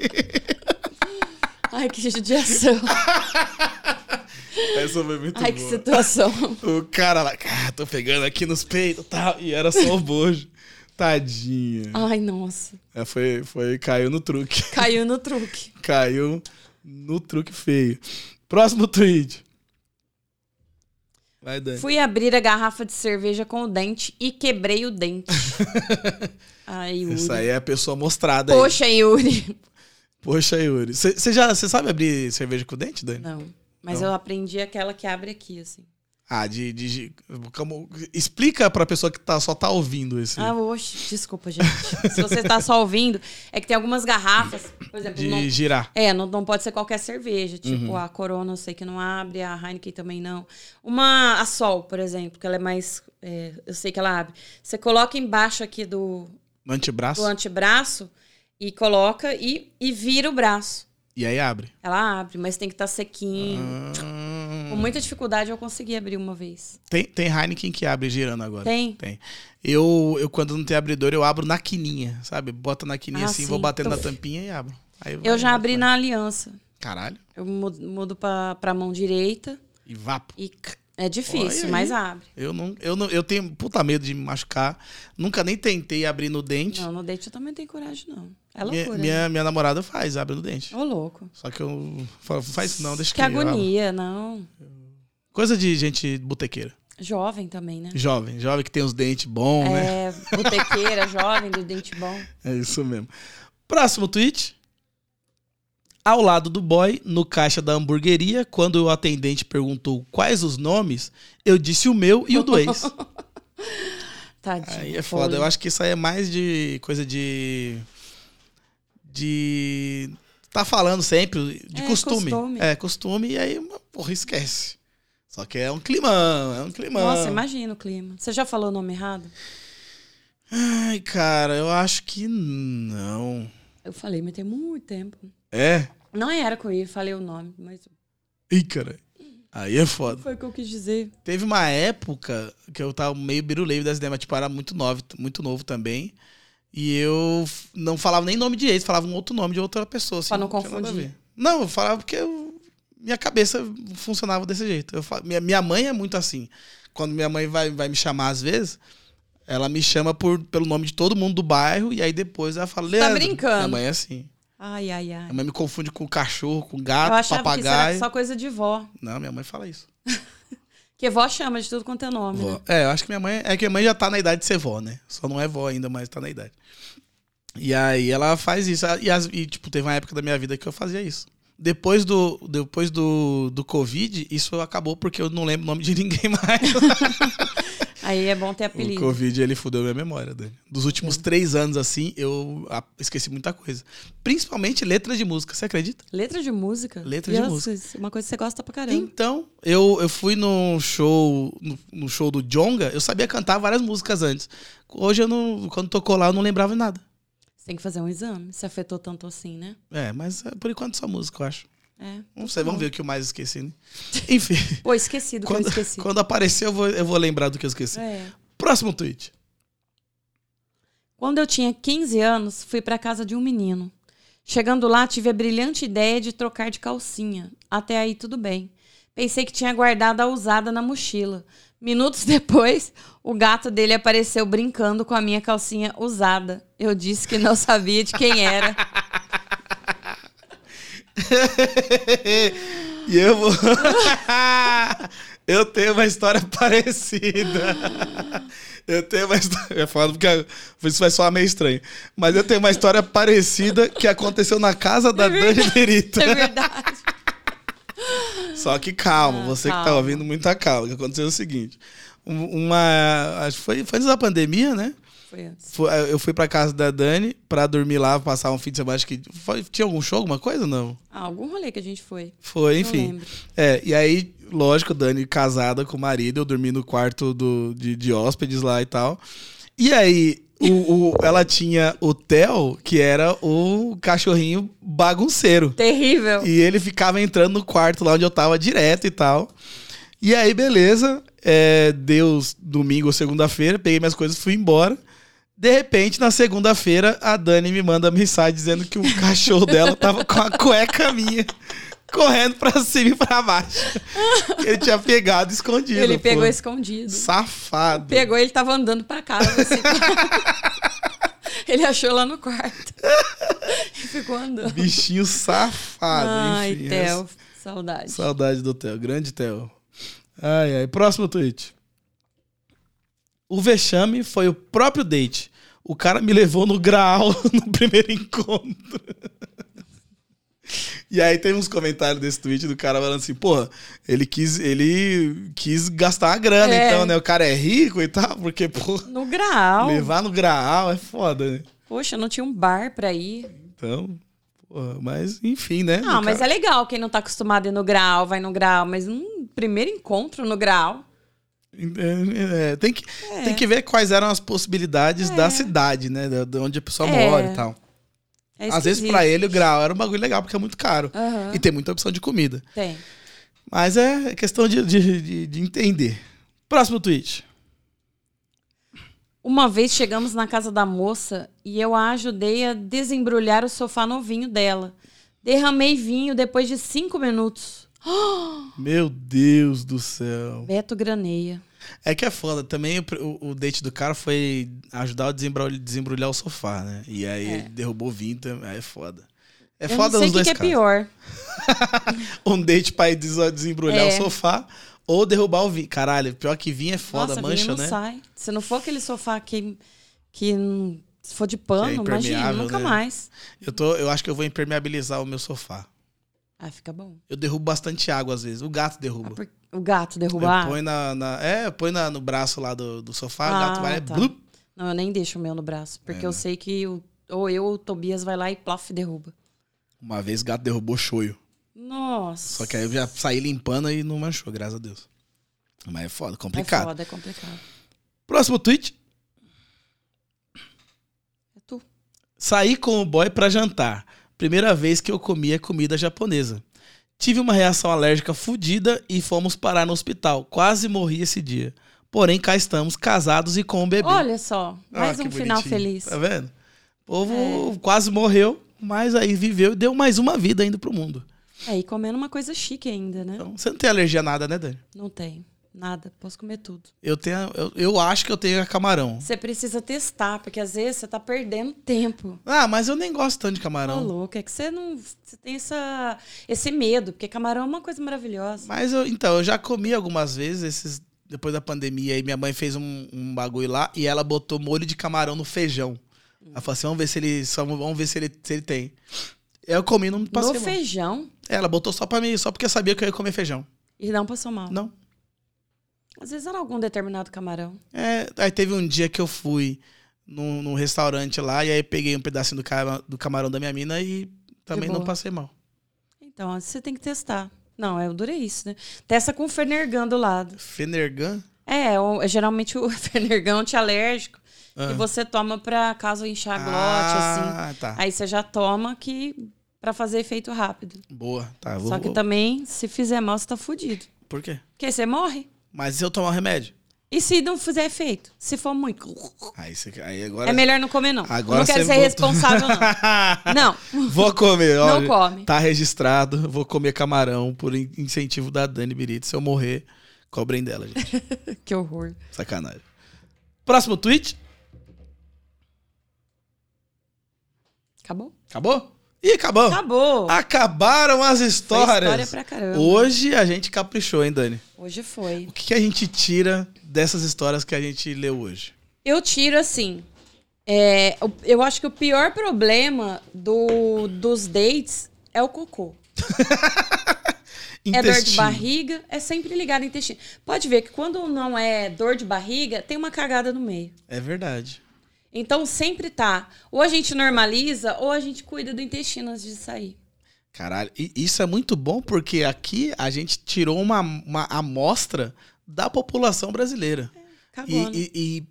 Speaker 4: Ai, que judiação.
Speaker 1: Essa foi muito
Speaker 4: Ai, que
Speaker 1: boa.
Speaker 4: situação.
Speaker 1: O cara lá, ah, tô pegando aqui nos peitos e tal. E era só o bojo. Tadinha.
Speaker 4: Ai, nossa.
Speaker 1: É, foi, foi, caiu no truque.
Speaker 4: Caiu no truque.
Speaker 1: Caiu no truque feio. Próximo tweet. Vai, Dani.
Speaker 4: Fui abrir a garrafa de cerveja com o dente e quebrei o dente. Ai, Yuri.
Speaker 1: Essa aí é a pessoa mostrada aí.
Speaker 4: Poxa, Yuri.
Speaker 1: Poxa, Yuri. Você já cê sabe abrir cerveja com o dente, Dani?
Speaker 4: Não. Mas
Speaker 1: Não.
Speaker 4: eu aprendi aquela que abre aqui, assim.
Speaker 1: Ah, de, de- de- como- Explica pra pessoa que tá, só tá ouvindo esse.
Speaker 4: Ah, oxe, desculpa, gente. Se você tá só ouvindo, é que tem algumas garrafas, por exemplo,
Speaker 1: de Uhum.
Speaker 4: não,
Speaker 1: girar.
Speaker 4: é, não, não pode ser qualquer cerveja. Tipo, a Corona eu sei que não abre, a Heineken também não. Uma, a Sol, por exemplo, que ela é mais, é, eu sei que ela abre. Você coloca embaixo aqui do,
Speaker 1: No antebraço.
Speaker 4: do antebraço e coloca e, e vira o braço.
Speaker 1: E aí abre.
Speaker 4: Ela abre, mas tem que estar sequinho.
Speaker 1: Ah.
Speaker 4: Com muita dificuldade eu consegui abrir uma vez.
Speaker 1: Tem, tem Heineken que abre girando agora.
Speaker 4: Tem?
Speaker 1: Tem. Eu, eu, quando não tem abridor, eu abro na quininha, sabe? Bota na quininha
Speaker 4: Ah,
Speaker 1: assim,
Speaker 4: sim.
Speaker 1: vou batendo na
Speaker 4: Tuf.
Speaker 1: tampinha e abro. Aí vai,
Speaker 4: Eu já
Speaker 1: vai,
Speaker 4: abri
Speaker 1: vai.
Speaker 4: na aliança.
Speaker 1: Caralho.
Speaker 4: Eu mu- mudo pra, pra mão direita
Speaker 1: E vapo.
Speaker 4: e c- é
Speaker 1: Olha
Speaker 4: difícil,
Speaker 1: aí.
Speaker 4: mas abre.
Speaker 1: Eu não, eu não, eu tenho puta medo de me machucar. Nunca nem tentei abrir no dente.
Speaker 4: Não, no date eu também tenho coragem, não. É
Speaker 1: minha,
Speaker 4: loucura. né?
Speaker 1: minha, minha namorada faz, abre no dente.
Speaker 4: Ô, louco.
Speaker 1: Só que eu falo, faz isso não, deixa
Speaker 4: Que
Speaker 1: eu abro.
Speaker 4: agonia, não.
Speaker 1: Coisa de gente botequeira.
Speaker 4: Jovem também, né?
Speaker 1: Jovem, jovem que tem os dentes bons, né?
Speaker 4: É, botequeira, jovem, do dente bom.
Speaker 1: É isso mesmo. Próximo tweet. Ao lado do boy, no caixa da hamburgueria, quando o atendente perguntou quais os nomes, eu disse o meu e o do ex.
Speaker 4: Tadinho.
Speaker 1: aí é foda. Eu acho que isso aí é mais de coisa de. De. Tá falando sempre, de
Speaker 4: É,
Speaker 1: costume.
Speaker 4: costume.
Speaker 1: É, costume, e aí, porra, esquece. Só que é um climão, é um climão.
Speaker 4: Nossa, imagina o clima. Você já falou o nome errado?
Speaker 1: Ai, cara, eu acho que não.
Speaker 4: Eu falei, mas tem muito tempo.
Speaker 1: É?
Speaker 4: Não era com ele, falei o nome, mas
Speaker 1: Ih, cara. Aí é foda.
Speaker 4: foi o que eu quis dizer.
Speaker 1: Teve uma época que eu tava meio biruleiro das ideias, mas tipo, eu era muito novo, muito novo também. E eu f- não falava nem nome de ex, falava um outro nome de outra pessoa. Assim,
Speaker 4: Pra não
Speaker 1: tinha nada a
Speaker 4: confundir.
Speaker 1: ver. Não, eu falava porque eu- minha cabeça funcionava desse jeito. Eu fa- minha, minha mãe é muito assim. Quando minha mãe vai, vai me chamar às vezes, ela me chama por, pelo nome de todo mundo do bairro e aí depois ela fala, Leandro.
Speaker 4: tá brincando.
Speaker 1: Minha mãe é assim.
Speaker 4: Ai, ai, ai.
Speaker 1: Minha mãe me confunde com cachorro, com
Speaker 4: Eu
Speaker 1: gato,
Speaker 4: achava que isso era
Speaker 1: papagaio.
Speaker 4: só coisa de vó.
Speaker 1: Não, minha mãe fala isso.
Speaker 4: Porque vó chama de tudo quanto é nome. né?
Speaker 1: Vó. É, eu acho que minha mãe. É que minha mãe já tá na idade de ser vó, né? Só não é vó ainda, mas tá na idade. E aí ela faz isso. E, as- e, tipo, teve uma época da minha vida que eu fazia isso. Depois do, depois do, do Covid, isso acabou porque eu não lembro o nome de ninguém mais.
Speaker 4: Aí é bom ter
Speaker 1: o
Speaker 4: apelido.
Speaker 1: Covid, ele fudeu minha memória, Dani. Dos últimos três anos, assim, eu ah, esqueci muita coisa. Principalmente letras de música, você acredita?
Speaker 4: Letra de música?
Speaker 1: Letra
Speaker 4: E
Speaker 1: de
Speaker 4: as-
Speaker 1: música.
Speaker 4: Uma coisa que você gosta pra caramba.
Speaker 1: Então, eu, eu fui num show, no, no show do Jonga, eu sabia cantar várias músicas antes. Hoje eu não, quando tocou lá, eu não lembrava de nada.
Speaker 4: Você tem que fazer um exame. Se afetou tanto assim, né?
Speaker 1: É, mas é, por enquanto só música, eu acho.
Speaker 4: É.
Speaker 1: Não sei, vamos ver o que eu mais esqueci, né? Enfim,
Speaker 4: Pô, esqueci do que
Speaker 1: quando,
Speaker 4: eu esqueci.
Speaker 1: quando aparecer eu vou, eu vou lembrar do que eu esqueci.
Speaker 4: É.
Speaker 1: Próximo tweet.
Speaker 4: Quando eu tinha 15 anos, fui pra casa de um menino. Chegando lá, tive a brilhante ideia de trocar de calcinha. Até aí tudo bem. Pensei que tinha guardado a usada na mochila. Minutos depois, o gato dele apareceu brincando com a minha calcinha usada. Eu disse que não sabia de quem era.
Speaker 1: E eu vou. eu tenho uma história parecida. Eu tenho uma história. Eu ia falar porque isso vai soar meio estranho. Mas eu tenho uma história parecida que aconteceu na casa da Dani Derito.
Speaker 4: É verdade.
Speaker 1: Só que calma, você que tá
Speaker 4: Ah, calma.
Speaker 1: ouvindo, muita calma. que Aconteceu o seguinte: Um- uma. Acho que foi, foi antes da pandemia, né?
Speaker 4: Foi antes.
Speaker 1: Foi- Eu fui pra casa da Dani pra dormir lá, passar um fim de semana. Acho que. foi- tinha algum show, alguma coisa? Não.
Speaker 4: Ah, algum rolê que a gente foi.
Speaker 1: Foi,
Speaker 4: Não
Speaker 1: enfim.
Speaker 4: lembro.
Speaker 1: É, e aí, lógico, Dani casada com o marido, eu dormi no quarto do, de, de hóspedes lá e tal. E aí, o, o- ela tinha o Theo, que era o cachorrinho bagunceiro.
Speaker 4: Terrível.
Speaker 1: E ele ficava entrando no quarto lá onde eu tava direto e tal. E aí, beleza. É, deu s- domingo ou segunda-feira, peguei minhas coisas e fui embora. De repente, na segunda-feira, a Dani me manda mensagem dizendo que o cachorro dela tava com a cueca minha. Correndo pra cima e pra baixo. Ele tinha pegado escondido.
Speaker 4: Ele
Speaker 1: pô.
Speaker 4: pegou escondido.
Speaker 1: Safado.
Speaker 4: Pegou, ele tava andando pra casa. assim. ele achou lá no quarto. e ficou andando.
Speaker 1: Bichinho safado.
Speaker 4: Ai,
Speaker 1: enfim, é
Speaker 4: Theo, saudade.
Speaker 1: Saudade do Theo, grande Theo. Ai, ai. Próximo tweet. O vexame foi o próprio date. O cara me levou no graal no primeiro encontro. E aí tem uns comentários desse tweet do cara falando assim, porra, ele quis, ele quis gastar a grana,
Speaker 4: É.
Speaker 1: então, né? O cara é rico e tal, porque, porra,
Speaker 4: No Graal.
Speaker 1: levar no graal é foda, né?
Speaker 4: Poxa, não tinha um bar pra ir.
Speaker 1: Então, porra, mas enfim, né?
Speaker 4: Ah,
Speaker 1: O
Speaker 4: mas
Speaker 1: cara-
Speaker 4: é legal quem não tá acostumado a ir no Graal, vai no Graal. Mas um primeiro encontro no Graal.
Speaker 1: É, é, tem, que, tem que ver quais eram as possibilidades da cidade, né? da- De onde a pessoa
Speaker 4: É.
Speaker 1: mora e tal.
Speaker 4: É
Speaker 1: Às vezes,
Speaker 4: esquisito.
Speaker 1: pra ele, o grau era um bagulho legal, porque é muito caro.
Speaker 4: Aham.
Speaker 1: E tem muita opção de comida.
Speaker 4: Tem.
Speaker 1: Mas é questão de, de, de- de entender. Próximo tweet.
Speaker 4: Uma vez chegamos na casa da moça e eu a ajudei a desembrulhar o sofá novinho dela. Derramei vinho depois de cinco minutos.
Speaker 1: Meu Deus do céu.
Speaker 4: Beto Graneia.
Speaker 1: É que é foda. Também o, pr- o- o date do cara foi ajudar a desembrulhar, desembrulhar o sofá, né? E aí ele derrubou o vinho também. Aí é foda. É
Speaker 4: É. eu
Speaker 1: foda
Speaker 4: não sei
Speaker 1: nos
Speaker 4: o que,
Speaker 1: dois
Speaker 4: que é
Speaker 1: casos.
Speaker 4: pior.
Speaker 1: um date pra ir des- desembrulhar
Speaker 4: É.
Speaker 1: o sofá ou derrubar o vinho. Caralho, pior que vinho é foda,
Speaker 4: Nossa,
Speaker 1: mancha,
Speaker 4: vinho não
Speaker 1: né?
Speaker 4: sai. Se não for aquele sofá que, que não- se for de pano, imagina,
Speaker 1: é impermeável,
Speaker 4: nunca
Speaker 1: né?
Speaker 4: mais.
Speaker 1: Eu, tô, eu acho que eu vou impermeabilizar o meu sofá.
Speaker 4: Ah, fica bom.
Speaker 1: Eu derrubo bastante água às vezes. O gato derruba.
Speaker 4: Ah, por- O gato
Speaker 1: Eu
Speaker 4: derrubar.
Speaker 1: põe na, na- é, põe na, no braço lá do, do sofá, o
Speaker 4: Ah,
Speaker 1: gato vai
Speaker 4: tá.
Speaker 1: blup. É, né?
Speaker 4: Não, eu nem deixo o meu no braço. Porque eu sei que o- ou eu ou o Tobias vai lá e plaf derruba.
Speaker 1: Uma vez o gato derrubou choio.
Speaker 4: Nossa. É
Speaker 1: Só que aí é eu já saí limpando e não manchou, graças a Deus. Mas é foda,
Speaker 4: é
Speaker 1: complicado.
Speaker 4: foda, é complicado.
Speaker 1: Próximo tweet.
Speaker 4: É tu.
Speaker 1: Saí com o boy pra jantar. Primeira vez que eu comia comida japonesa. Tive uma reação alérgica fodida e fomos parar no hospital. Quase morri esse dia. Porém, cá estamos, casados e com um bebê.
Speaker 4: Olha só, mais
Speaker 1: Ah,
Speaker 4: um
Speaker 1: que
Speaker 4: final
Speaker 1: bonitinho.
Speaker 4: feliz. É.
Speaker 1: Tá vendo? O povo quase morreu, mas aí viveu e deu mais uma vida ainda pro mundo.
Speaker 4: É, e comendo uma coisa chique ainda, né?
Speaker 1: Então, você não tem alergia a nada, né, Dani?
Speaker 4: Não tem. Nada, posso comer tudo.
Speaker 1: Eu, tenho, eu, eu acho que eu tenho camarão.
Speaker 4: Você precisa testar, porque às vezes você tá perdendo tempo.
Speaker 1: Ah, mas eu nem gosto tanto de
Speaker 4: Tá
Speaker 1: camarão.
Speaker 4: louco, é que você não. Você tem essa, esse medo, porque camarão é uma coisa maravilhosa.
Speaker 1: Mas eu, então, eu já comi algumas vezes esses. Depois da pandemia, aí minha mãe fez um, um bagulho lá e ela botou molho de camarão no feijão. Ela falou assim: vamos ver se ele. só- Vamos ver se ele, se ele tem. Eu comi não passei
Speaker 4: no
Speaker 1: mal. É,
Speaker 4: feijão
Speaker 1: Ela botou só pra mim, só porque sabia que eu ia comer feijão.
Speaker 4: e não passou mal.
Speaker 1: Não.
Speaker 4: Às vezes era algum determinado camarão.
Speaker 1: É, aí teve um dia que eu fui num, num restaurante lá e aí peguei um pedacinho do, cama- do camarão da minha mina e também não
Speaker 4: boa.
Speaker 1: passei mal.
Speaker 4: Então, você tem que testar. Não, eu adorei isso, né? Testa com o Fenergan do lado.
Speaker 1: Fenergan?
Speaker 4: É, o- geralmente o Fenergan é um antialérgico
Speaker 1: Ah.
Speaker 4: que você toma pra caso inchar a glote, assim.
Speaker 1: ah, tá.
Speaker 4: Aí você já toma que pra fazer efeito rápido.
Speaker 1: Boa, tá. Vou,
Speaker 4: Só que
Speaker 1: vou-
Speaker 4: também, se fizer mal, você tá fudido.
Speaker 1: Por quê?
Speaker 4: Porque você morre.
Speaker 1: Mas se eu tomar o remédio?
Speaker 4: E se não fizer efeito? Se for muito.
Speaker 1: Aí, você, aí agora...
Speaker 4: É melhor não comer, não.
Speaker 1: Agora
Speaker 4: não quero
Speaker 1: você
Speaker 4: ser
Speaker 1: botou-
Speaker 4: responsável, não. Não.
Speaker 1: Vou comer,
Speaker 4: Não
Speaker 1: olha.
Speaker 4: come.
Speaker 1: Tá registrado. Vou comer camarão por in- incentivo da Dani Birito. Se eu morrer, cobrem dela, gente.
Speaker 4: Que horror.
Speaker 1: Sacanagem. Próximo tweet.
Speaker 4: Acabou?
Speaker 1: Acabou? Ih, acabou.
Speaker 4: Acabou.
Speaker 1: Acabaram as
Speaker 4: Foi
Speaker 1: histórias.
Speaker 4: história pra caramba.
Speaker 1: Hoje a gente caprichou, hein, Dani?
Speaker 4: Hoje foi.
Speaker 1: O que que a gente tira dessas histórias que a gente leu hoje?
Speaker 4: Eu tiro assim. é, eu- eu acho que o pior problema do, dos dates é o cocô. É dor de barriga, é sempre ligado ao intestino. Pode ver que quando não é dor de barriga, tem uma cagada no meio.
Speaker 1: É verdade.
Speaker 4: Então sempre tá. Ou a gente normaliza, ou a gente cuida do intestino antes de sair.
Speaker 1: Caralho, e isso é muito bom porque aqui a gente tirou uma, uma amostra da população brasileira.
Speaker 4: Acabou,
Speaker 1: E,
Speaker 4: né?
Speaker 1: e- e-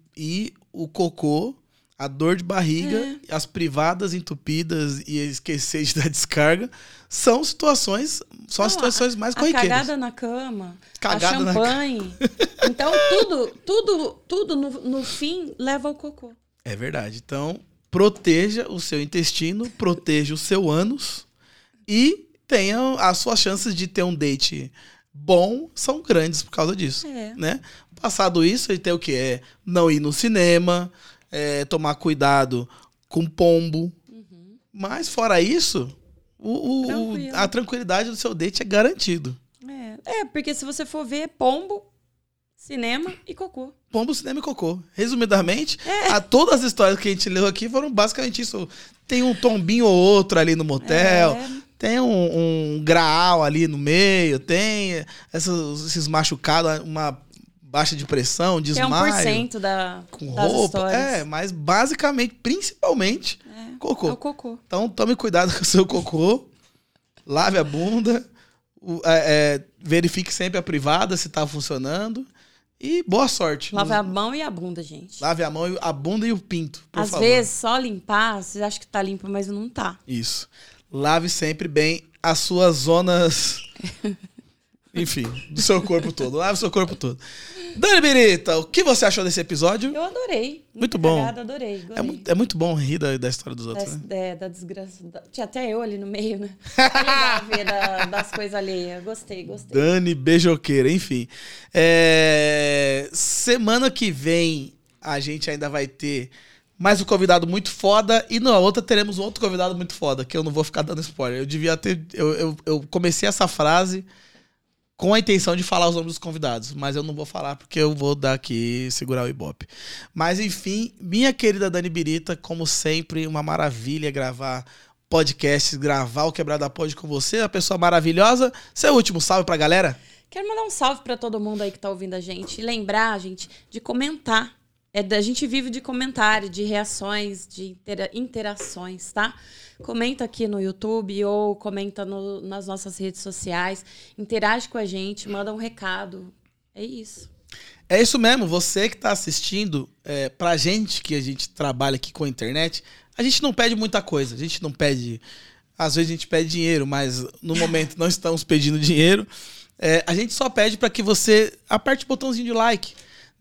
Speaker 1: e o cocô, a dor de barriga,
Speaker 4: É.
Speaker 1: as privadas entupidas e esquecer de dar descarga são situações, são as
Speaker 4: Não,
Speaker 1: situações mais
Speaker 4: A
Speaker 1: corriqueiras.
Speaker 4: cagada na cama, a
Speaker 1: Cagada na
Speaker 4: champanhe. Então tudo, tudo, tudo no, no fim leva ao cocô.
Speaker 1: É verdade. Então, proteja o seu intestino, proteja o seu ânus e tenha as suas chances de ter um date bom são grandes por causa disso,
Speaker 4: É.
Speaker 1: né? Passado isso, ele tem o que é não ir no cinema, é, tomar cuidado com pombo. Mas fora isso, o- o- o-
Speaker 4: Tranquilo.
Speaker 1: a tranquilidade do seu date é garantido.
Speaker 4: É, é, porque se você for ver, é pombo, cinema e cocô.
Speaker 1: Pombo, cinema e cocô. Resumidamente,
Speaker 4: É.
Speaker 1: a todas as histórias que a gente leu aqui foram basicamente isso. Tem um tombinho ou outro ali no motel,
Speaker 4: É,
Speaker 1: tem um, um graal ali no meio, tem essas- esses machucados, uma baixa de pressão,
Speaker 4: que é
Speaker 1: desmaio,
Speaker 4: 1% da,
Speaker 1: com
Speaker 4: das
Speaker 1: roupa.
Speaker 4: histórias.
Speaker 1: É, mas basicamente, principalmente,
Speaker 4: É, é
Speaker 1: cocô.
Speaker 4: o cocô.
Speaker 1: Então tome cuidado com o seu cocô, lave a bunda, o- é, é, verifique sempre a privada se tá funcionando e boa sorte.
Speaker 4: Lava a mão e a bunda, gente.
Speaker 1: Lave a mão, e- a bunda e o pinto, por
Speaker 4: Às
Speaker 1: favor.
Speaker 4: vezes, só limpar, você acha que tá limpo, mas não tá.
Speaker 1: Isso. Lave sempre bem as suas zonas. Enfim, do seu corpo todo. Lave seu corpo todo. Dani Birita, o que você achou desse episódio?
Speaker 4: Eu adorei.
Speaker 1: Muito
Speaker 4: Muita
Speaker 1: bom.
Speaker 4: Cagada, adorei.
Speaker 1: É,
Speaker 4: adorei.
Speaker 1: mu- é muito bom rir da, da história dos outros,
Speaker 4: Das-
Speaker 1: né?
Speaker 4: é, da desgraça. da- Tinha até eu ali no meio, né? É legal ver da- das coisas alheias. Gostei, gostei.
Speaker 1: Dani Beijoqueira, enfim. É, Semana que vem a gente ainda vai ter mais um convidado muito foda e na outra teremos um outro convidado muito foda, que eu não vou ficar dando spoiler. Eu devia ter. Eu, eu, eu comecei essa frase com a intenção de falar os nomes dos convidados, mas eu não vou falar porque eu vou dar aqui segurar o ibope. Mas enfim, minha querida Dani Birita, como sempre, uma maravilha gravar podcast, gravar o Quebrada Pod com você, uma pessoa maravilhosa. Seu último salve pra galera?
Speaker 4: Quero mandar um salve pra todo mundo aí que tá ouvindo a gente. E lembrar, gente, de comentar. É, da- a gente vive de comentário, de reações, de intera- interações, tá? Comenta aqui no YouTube ou comenta no- nas nossas redes sociais. Interage com a gente, manda um recado. É isso.
Speaker 1: É isso mesmo, você que tá assistindo, é, pra gente que a gente trabalha aqui com a internet, a gente não pede muita coisa, a gente não pede. Às vezes a gente pede dinheiro, mas no momento não estamos pedindo dinheiro. É, a gente só pede pra que você aperte o botãozinho de like.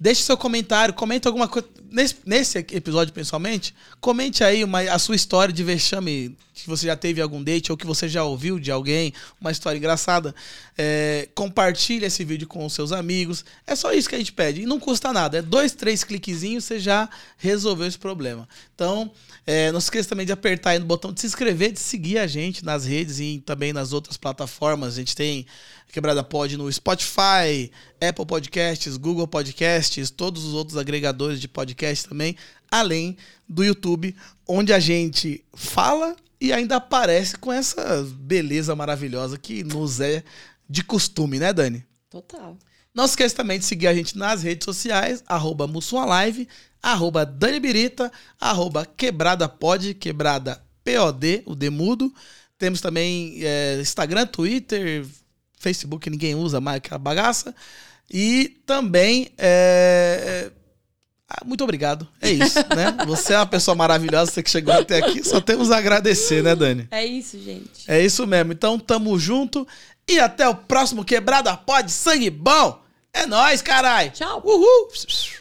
Speaker 1: Deixe seu comentário, comenta alguma coisa. Nesse, nesse episódio, principalmente, comente aí uma, a sua história de vexame, que você já teve algum date ou que você já ouviu de alguém, uma história engraçada. É, compartilhe esse vídeo com os seus amigos. É só isso que a gente pede. E não custa nada. É dois, três cliquezinhos, você já resolveu esse problema. Então, é, não se esqueça também de apertar aí no botão de se inscrever, de seguir a gente nas redes e também nas outras plataformas. A gente tem Quebrada Pod no Spotify, Apple Podcasts, Google Podcasts, todos os outros agregadores de podcast também, além do YouTube, onde a gente fala e ainda aparece com essa beleza maravilhosa que nos é de costume, né, Dani?
Speaker 4: Total.
Speaker 1: Não se esqueça também de seguir a gente nas redes sociais, arroba Mussum Live, arroba Dani Birita, arroba Quebrada Pod, Quebrada POD, o Demudo. Temos também é, Instagram, Twitter, Facebook, ninguém usa mais aquela bagaça. E também, é, é, ah, muito obrigado, é isso, né? Você é uma pessoa maravilhosa, você que chegou até aqui, só temos a agradecer, né, Dani?
Speaker 4: É isso, gente.
Speaker 1: É isso mesmo. Então tamo junto e até o próximo Quebrada Pod Sangue Bom. É nóis, carai.
Speaker 4: Tchau.
Speaker 1: Uhul.